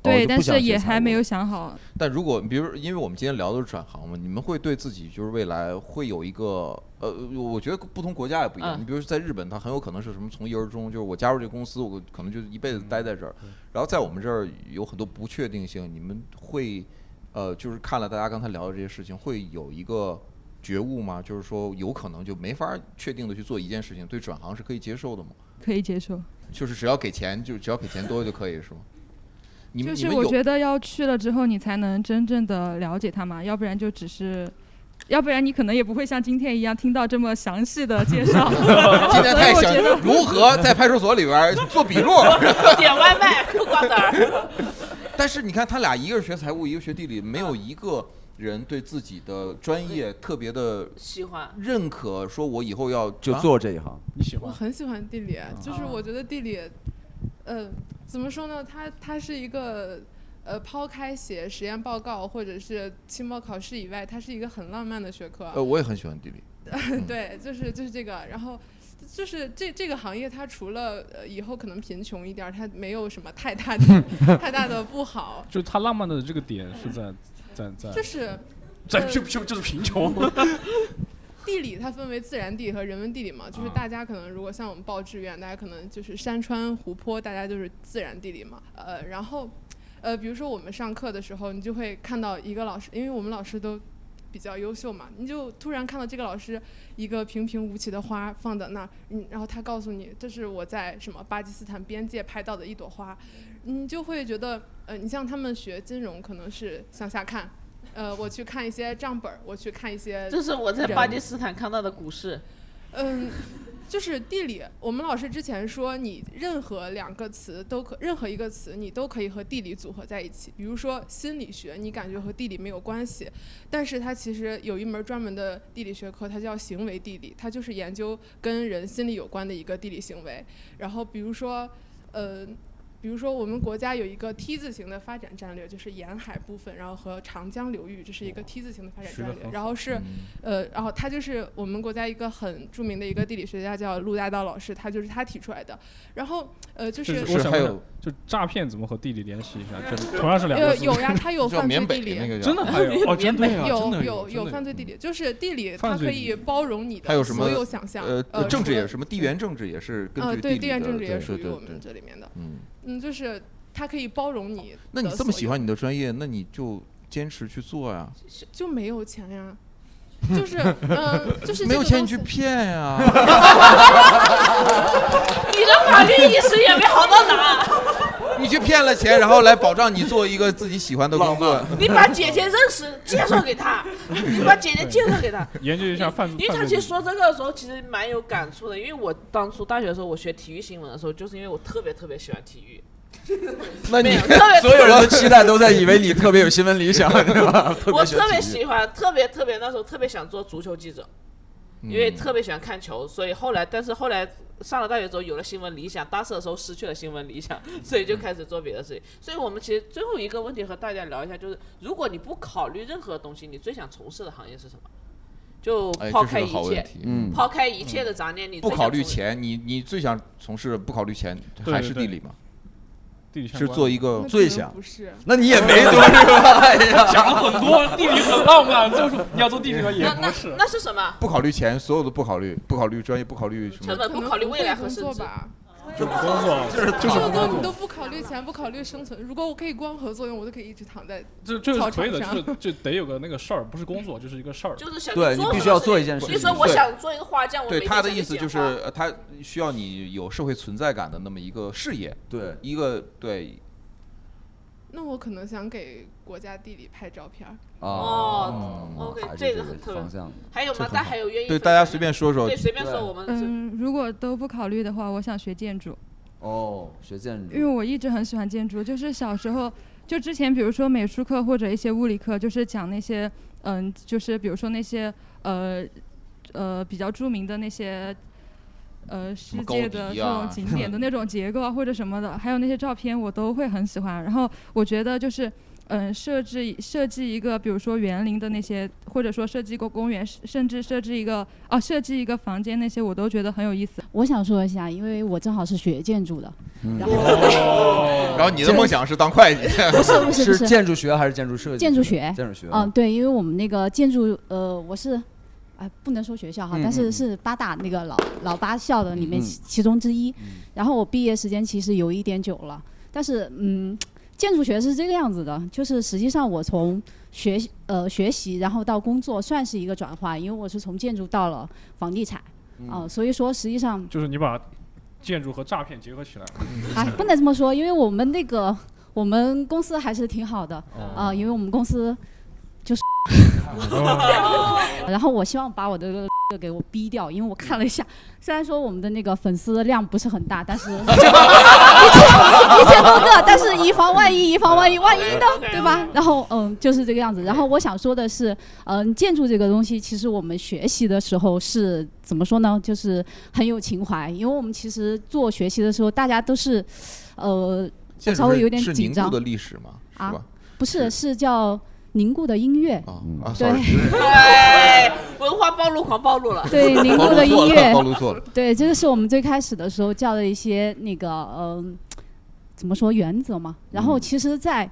对，就但不想是学也财还没务有想好。但如果比如，因为我们今天聊的是转行嘛，你们会对自己就是未来会有一个呃，我觉得不同国家也不一样。嗯你比如说在日本，它很有可能是什么从一而终，就是我加入这个公司，我可能就一辈子待在这儿。嗯然后在我们这儿有很多不确定性，你们会呃，就是看了大家刚才聊的这些事情，会有一个觉悟吗？就是说有可能就没法确定的去做一件事情，对转行是可以接受的吗？可以接受，就是只要给钱，就只要给钱多就可以是吗？你们就是你们我有觉得要去了之后，你才能真正的了解他嘛，要不然就只是，要不然你可能也不会像今天一样听到这么详细的介绍。 [LAUGHS] 今天太想所以我觉得如 [LAUGHS] 何在派出所里边儿做笔录，点外卖嗑瓜子儿。但是你看他俩，一个是学财务，一个学地理，没有一个人对自己的专业特别的喜欢认可，说我以后要就做这一行。你喜我很喜欢地理，就是啊我觉得地理，呃，怎么说呢？它它是一个，呃，抛开写实验报告或者是期末考试以外，它是一个很浪漫的学科。呃，我也很喜欢地理。 [LAUGHS] 对，就是就是这个，然后就是这这个行业，它除了呃以后可能贫穷一点儿，它没有什么太大的太大的不好，就是他浪漫的这个点是在在在，就是在呃就就就是贫穷。地理它分为自然地理和人文地理嘛，就是大家可能如果像我们报志愿，大家可能就是山川湖泊，大家就是自然地理嘛。呃，然后，呃，比如说我们上课的时候，你就会看到一个老师，因为我们老师都比较优秀嘛，你就突然看到这个老师一个平平无奇的花放在那儿，嗯，然后他告诉你这是我在什么巴基斯坦边界拍到的一朵花，你就会觉得，呃，你像他们学金融可能是向下看。呃，我去看一些账本儿，我去看一些。这是我在巴基斯坦看到的股市。嗯，就是地理，我们老师之前说，你任何两个词都可，任何一个词你都可以和地理组合在一起。比如说心理学，你感觉和地理没有关系，但是它其实有一门专门的地理学科，它叫行为地理，它就是研究跟人心理有关的一个地理行为。然后比如说，呃。比如说我们国家有一个 T 字形的发展战略，就是沿海部分，然后和长江流域，这是一个 T 字形的发展吃得战好略。然后是，呃，然后他就是我们国家一个很著名的一个地理学家叫陆大道老师，他就是他提出来的。然后，呃， [LAUGHS] 就就是我想问就诈骗怎么和地理联系一下？这同样是两呃个，有呀，他 [LAUGHS] 有犯罪地理，啊真的还有哦，真的呀真有的有真的嗯犯罪地理，就是地理犯它罪可地以包容你的还有什么所有想象，呃，呃，政治除也了是什么地缘政治也是根呃据对地地理缘的政治也对属对于我对们这里面的，嗯，嗯，就是它可以包容你。那你这么喜？欢你的专业，那你就坚持去做呀。就没有钱呀。就是，嗯，就是没有这个钱东你去西骗呀。 [LAUGHS] 你的 [LAUGHS] 法律意识也没好到哪儿，你去骗了钱，然后来保障你做一个自己喜欢的工作。你把姐姐认识介绍给他，你把姐姐介绍给他。 [LAUGHS] 研究一下犯因为他犯其罪实说这个的时候，其实蛮有感触的。因为我当初大学的时候，我学体育新闻的时候，就是因为我特别特别喜欢体育。那没你有特 [LAUGHS] 别所有人的期待都在以为你特别有新闻理想，对吧？特我别特别喜欢体育喜欢，特别特别那时候特别想做足球记者，因为特别喜欢看球，所以后来，但是后来上了大学之后有了新闻理想，大四的时候失去了新闻理想，所以就开始做别的事情。所以我们其实最后一个问题和大家聊一下，就是如果你不考虑任何东西，你最想从事的行业是什么？就哎抛这是开个一好问切题，嗯抛开一切的杂念，你不最想考虑从事钱，你你最想从事不考虑钱对对还是对地理吗？地理相是关做的一个那最可能想不是那你也没多是 [LAUGHS] 吧哎呀想很多，地理很浪漫，就是你要做地理的也那不那是。那是什么？ [LAUGHS] 不考虑钱，所有的不考虑，不考虑专业，不考虑什么成本不考虑未来和升值。这工作 [LAUGHS] 就是这就是种工东作西都不考虑钱，不考虑生存。如果我可以光合作用，我就可以一直躺在这这草是可场以的，就上。是就得有个那个事儿，不是工作，就是一个事儿。就是想对做你必什须么要事做一情件事比如情说我 [LAUGHS] 对想做一个花匠我对每他天的想意去思剪就是，花呃他需要你有社会存在感的那么一个事业，对，一个对 [LAUGHS] 那我可能想给国家地理拍照片儿。哦嗯，OK，还是这这个个很特别方向。还有这吗？很大家好还有愿意对分大家享随便说说对，随便说，我们嗯，如果都不考虑的话，我想学建筑。哦，学建筑因为我一直很喜欢建筑，就是小时候就之前，比如说美术课或者一些物理课，就是讲那些嗯，就是比如说那些呃呃比较著名的那些呃世么高界的迪这啊种景点的那种结构啊或者什么的，还有那些照片我都会很喜欢。然后我觉得就是。嗯，设置设计一个，比如说园林的那些，或者说设计公公园，甚至设置一个哦，设计一个房间那些，我都觉得很有意思。我想说一下，因为我正好是学建筑的，嗯然后然后你的梦想是当会计，不是不是不是是建筑学还是建筑设计？建筑学，建筑学。嗯，对，因为我们那个建筑，呃，我是，哎，不能说学校哈，嗯但嗯是嗯是八大那个老老八校的里面嗯其其中之一。然后我毕业时间其实有一点久了，但是嗯，建筑学是这个样子的，就是实际上我从学习呃学习，然后到工作算是一个转换，因为我是从建筑到了房地产。嗯啊、所以说实际上就是你把建筑和诈骗结合起来。嗯哎，不能这么说，因为我们那个我们公司还是挺好的啊、呃因为我们公司就是哦， [LAUGHS] 然后我希望把我的这个给我逼掉，因为我看了一下，虽然说我们的那个粉丝量不是很大，但是一千一千多个，但是以防万一，以防万一，万一呢，对吧？然后嗯，就是这个样子。然后我想说的是，嗯，建筑这个东西，其实我们学习的时候是怎么说呢？就是很有情怀，因为我们其实做学习的时候，大家都是，呃，我建筑稍微有点是紧凝固张的历史嘛，是啊吧？，不是，是叫凝固的音乐嗯啊对。 ，sorry，对哎文化暴露狂暴露了。 [LAUGHS] 对凝固的音乐暴露错了。对，这个是我们最开始的时候叫的一些那个嗯、怎么说原则嘛。然嗯后其实，在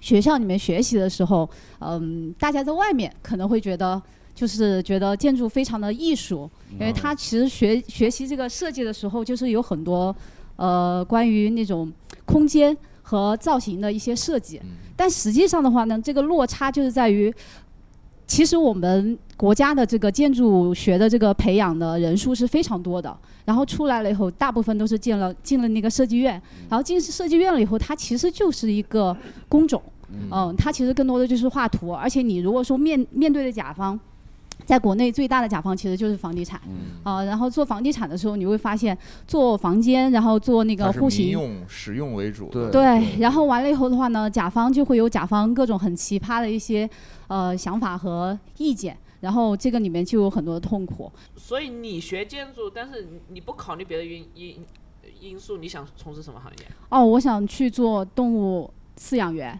学校里面学习的时候，嗯、大家在外面可能会觉得。就是觉得建筑非常的艺术，因嗯为它其实学学习这个设计的时候，就是有很多呃关于那种空间和造型的一些设计。嗯但实际上的话呢，这个落差就是在于，其实我们国家的这个建筑学的这个培养的人数是非常多的，然后出来了以后，大部分都是进了进了那个设计院，嗯然后进设计院了以后，它其实就是一个工种，嗯，它其实更多的就是画图，而且你如果说面面对的甲方。在国内最大的甲方其实就是房地产，嗯啊、然后做房地产的时候，你会发现做房间，然后做 [LAUGHS] 那个它是户型，民用实用为主的，对，然后完了以后的话呢，甲方就会有甲方各种很奇葩的一些呃想法和意见，然后这个里面就有很多的痛苦。所以你学建筑，但是你你不考虑别的因因因素，你想从事什么行业？哦，我想去做动物饲养员。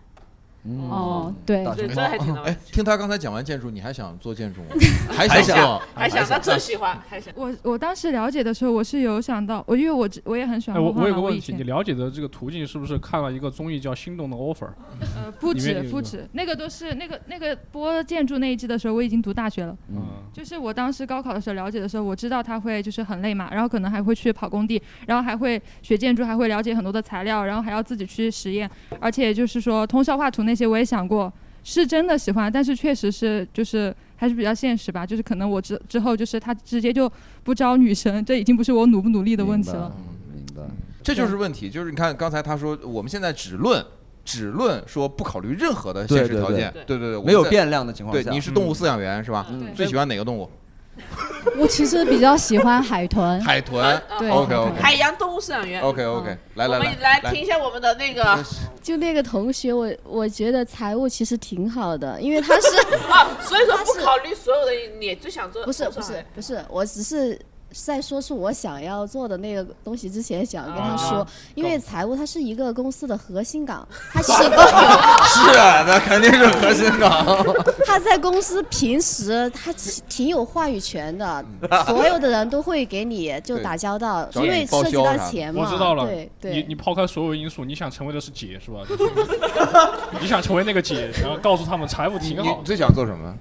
嗯哦，对，大熊猫哎，听他刚才讲完建筑，你还想做 [LAUGHS] 建筑吗？还想想做？还想那最喜欢还想我我当时了解的时候，我是有想到，我因为我只我也很喜哎，欢我画画嘛。我有个问以题，前你了解的这个途径是不是看了一个综艺叫《心动的 offer》？呃，不里面止有一不个止，那个都是那个那个播建筑那一季的时候，我已经读大学了。嗯，就是我当时高考的时候了解的时候，我知道他会就是很累嘛，然后可能还会去跑工地，然后还会学建筑，还会了解很多的材料，然后还要自己去实验，而且就是说通宵画图那些我也想过，是真的喜欢，但是确实是就是还是比较现实吧，就是可能我之之后就是他直接就不招女生，这已经不是我努不努力的问题了。嗯明白。这就是问题，就是你看刚才他说，我们现在只论只论说不考虑任何的现实对对条对件，对对，我们没有在变量的情况下嗯对，你是动物饲养员是吧？最喜欢哪个动物？我其实比较喜欢海 [LAUGHS] 豚。海豚对。 OK OK 海洋动物饲养员。 OK OK，来我来嗯来们来听一下我们的那 [LAUGHS] 个。啊就那个同学，我我觉得财务其实挺好的，因为他是 [LAUGHS] 啊，所以说不考虑所有的，你最想做不是做不上是海不是，我只是在说出我想要做的那个东西之前，想跟他说啊，因为财务它是一个公司的核心岗，它其实 [LAUGHS] 是啊，那肯定是核心岗。 [LAUGHS] 他在公司平时他其挺有话语权的，所有的人都会给你就打交道，找因为你报涉及销到啥的钱嘛，我知道了。对你对。你抛开所有因素，你想成为的是姐是吧？就是 [LAUGHS] 你想成为那个姐，然后告诉他们财务挺好。你最想做什么？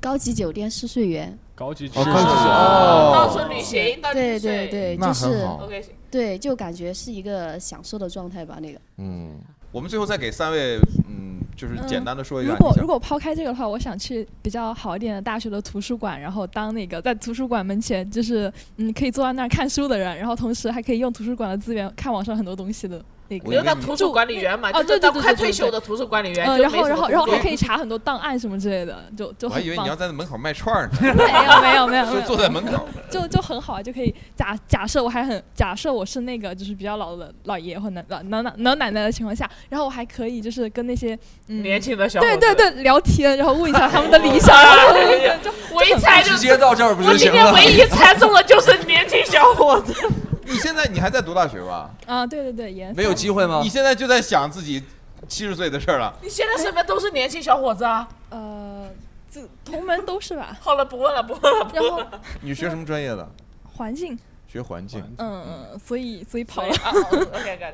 高级酒店试睡员，高级哦知识高级哦到处旅行，到处对睡对对，那就很是好 OK 对，就感觉是一个享受的状态吧。那个嗯，我们最后再给三位，嗯，就是简单的说一嗯下如你果想。如果抛开这个的话，我想去比较好一点的大学的图书馆，然后当那个在图书馆门前，就是嗯，可以坐在那儿看书的人，然后同时还可以用图书馆的资源看网上很多东西的那个。留到图书管理员嘛，哦，就是对对到对，快对退休的对图书管理员。呃就然没后什么然后工然后作还可以查很多档案什么之类的，就就我还以为很棒你要。在门口卖串儿呢。没有啊没有没有没就有坐在门口。 [LAUGHS] 就就很好啊，就可以假假设我还很假设我是那个就是比较老的老爷或老老老奶老奶奶的情况下，然后我还可以就是跟那些、嗯、年轻的小伙对子对对聊天，然后问一下他们的理想，啊 [LAUGHS] 哎呀就我一猜就直接到这儿不就行了？我今天唯一猜中的就是年轻小伙子。 [LAUGHS] 你现在你还在读大学吧？啊，对对对，颜色没有机会吗？你现在就在想自己七十岁的事儿了。你现在身边都是年轻小伙子啊？呃，这同门都 [LAUGHS] 是吧？好了，不问了，不问了，不然后问了。你学什么专业的？环境，学环境。嗯嗯，所以所以跑啊了。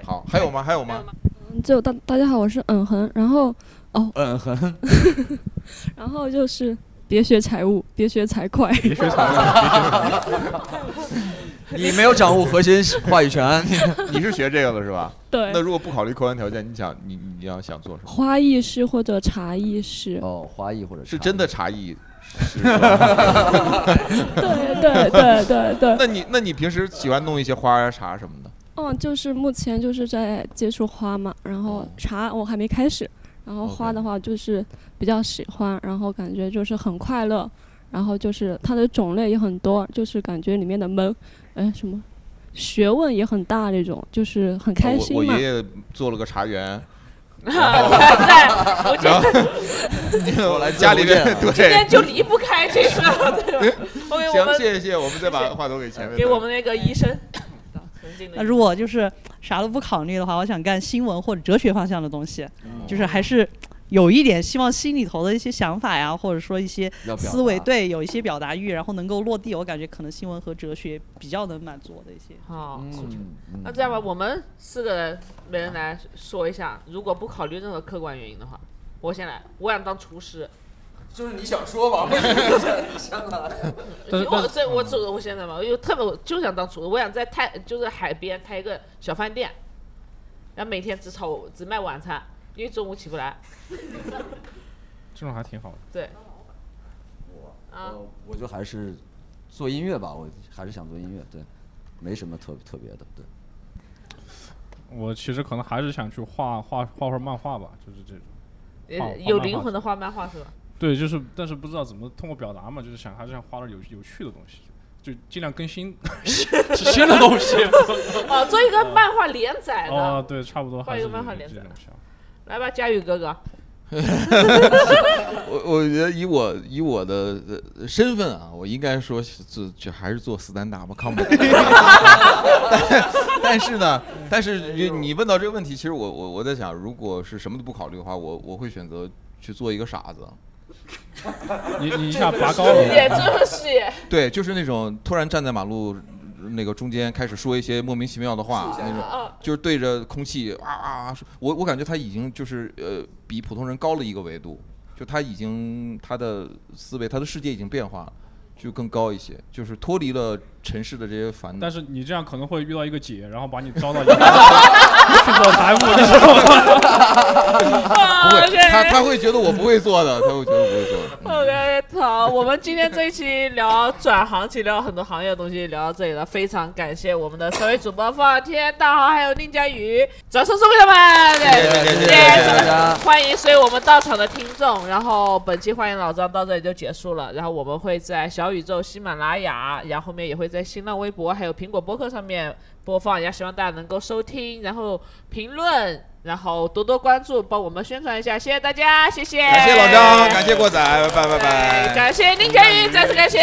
好，还有吗？还有吗？嗯就大大家好，我是嗯恒，然后哦，嗯哼，然后就是别学财务，别学财会，别学财你没有掌握核心话语权。 [LAUGHS] 你是学这个的是吧？对那如果不考虑客观条件，你想你你要想做什么？花艺师或者茶艺师。哦，花艺或者是真的茶艺师对对对对对那你那你平时喜欢弄一些花儿啊茶什么的？嗯，就是目前就是在接触花嘛，然后茶我还没开始，然后花的话就是比较喜欢，然后感觉就是很快乐，然后就是它的种类也很多，就是感觉里面的门，哎什么，学问也很大那种，就是很开我我心嘛。爷爷做了个 [LAUGHS] 茶园。在福建然后，我来家里自边福建啊今天对，嗯就离不开这个，对吧？OK，我行，们谢谢谢谢，我们再把话筒给前面的。给我们那个医 [LAUGHS] 生。那如果就是啥都不考虑的话，我想干新闻或者哲学方向的东西，哦就是还是有一点希望心里头的一些想法呀，或者说一些要表达思维，对，有一些表达欲，然后能够落地。我感觉可能新闻和哲学比较能满足我的一些好诉嗯求。那这样吧，我们四个人每人来说一下，如果不考虑任何客观原因的话，我先来，我想当厨师。就是你想说吧，为什么就是你想法？ [LAUGHS] 但是嗯我这我走我现在嘛，我就特别我就想当厨师，我想在太就是海边开一个小饭店，然后每天只炒只卖晚餐，因为中午起不来。这种还挺好的。对。啊，我就还是做音乐吧，我还是想做音乐，对，没什么特特别的，对。我其实可能还是想去画画画画漫画吧，就是这种。画画呃漫有画灵魂的画漫画是吧？对，就是但是不知道怎么通过表达嘛，就是想还是想画点有有趣的东西，就尽量更 [LAUGHS] 新是新的东西。哦，做一个漫画连载的。哦，对，差不多画还一是个有漫画连这载种想法。来吧，佳宇哥哥。我我觉得以我以我的呃身份 [LAUGHS] 啊，我应该说是做就还是做斯坦达吧，康普。但但是呢，但是你你问到这个问题，其实我我我在想，如果是什么都不考虑的话，我我会选择去做一个傻子。你你一下拔高了，也就是也。对，就是那种突然站在马路那个中间开始说一些莫名其妙的话，那 [LAUGHS] 种就是对着空气啊啊啊说！我我感觉他已经就是呃比普通人高了一个维度，就他已经他的思维他的世界已经变化了，就更高一些，就是脱离了尘世的这 [LAUGHS] 些烦恼。但是你这样可能会遇到一个姐，然后把你招到一 [LAUGHS] 个去做财务的时 [LAUGHS] 候， [LAUGHS] 不哦会，他他会觉得我不会做的，他会觉得我不会做的。 [LAUGHS] OK，好，我们今天这一期聊转行情，聊很多行业的东西，聊到这里了。非常感谢我们的三位主播方天、大豪还有宁佳宇，掌声送给他们。谢谢谢谢谢谢大家欢迎所有我们到场的听众。然后本期欢迎老张到这里就结束了。然后我们会在小宇宙、喜马拉雅，然后后面也会在新浪微博还有苹果播客上面播放，也希望大家能够收听，然后评论。然后多多关注，帮我们宣传一下，谢谢大家，谢谢，感谢老张，感谢过仔，拜拜拜拜。哎感谢宁佳宇，再次感谢。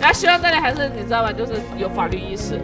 那希望大家还是你知道吧，就是有法律意识。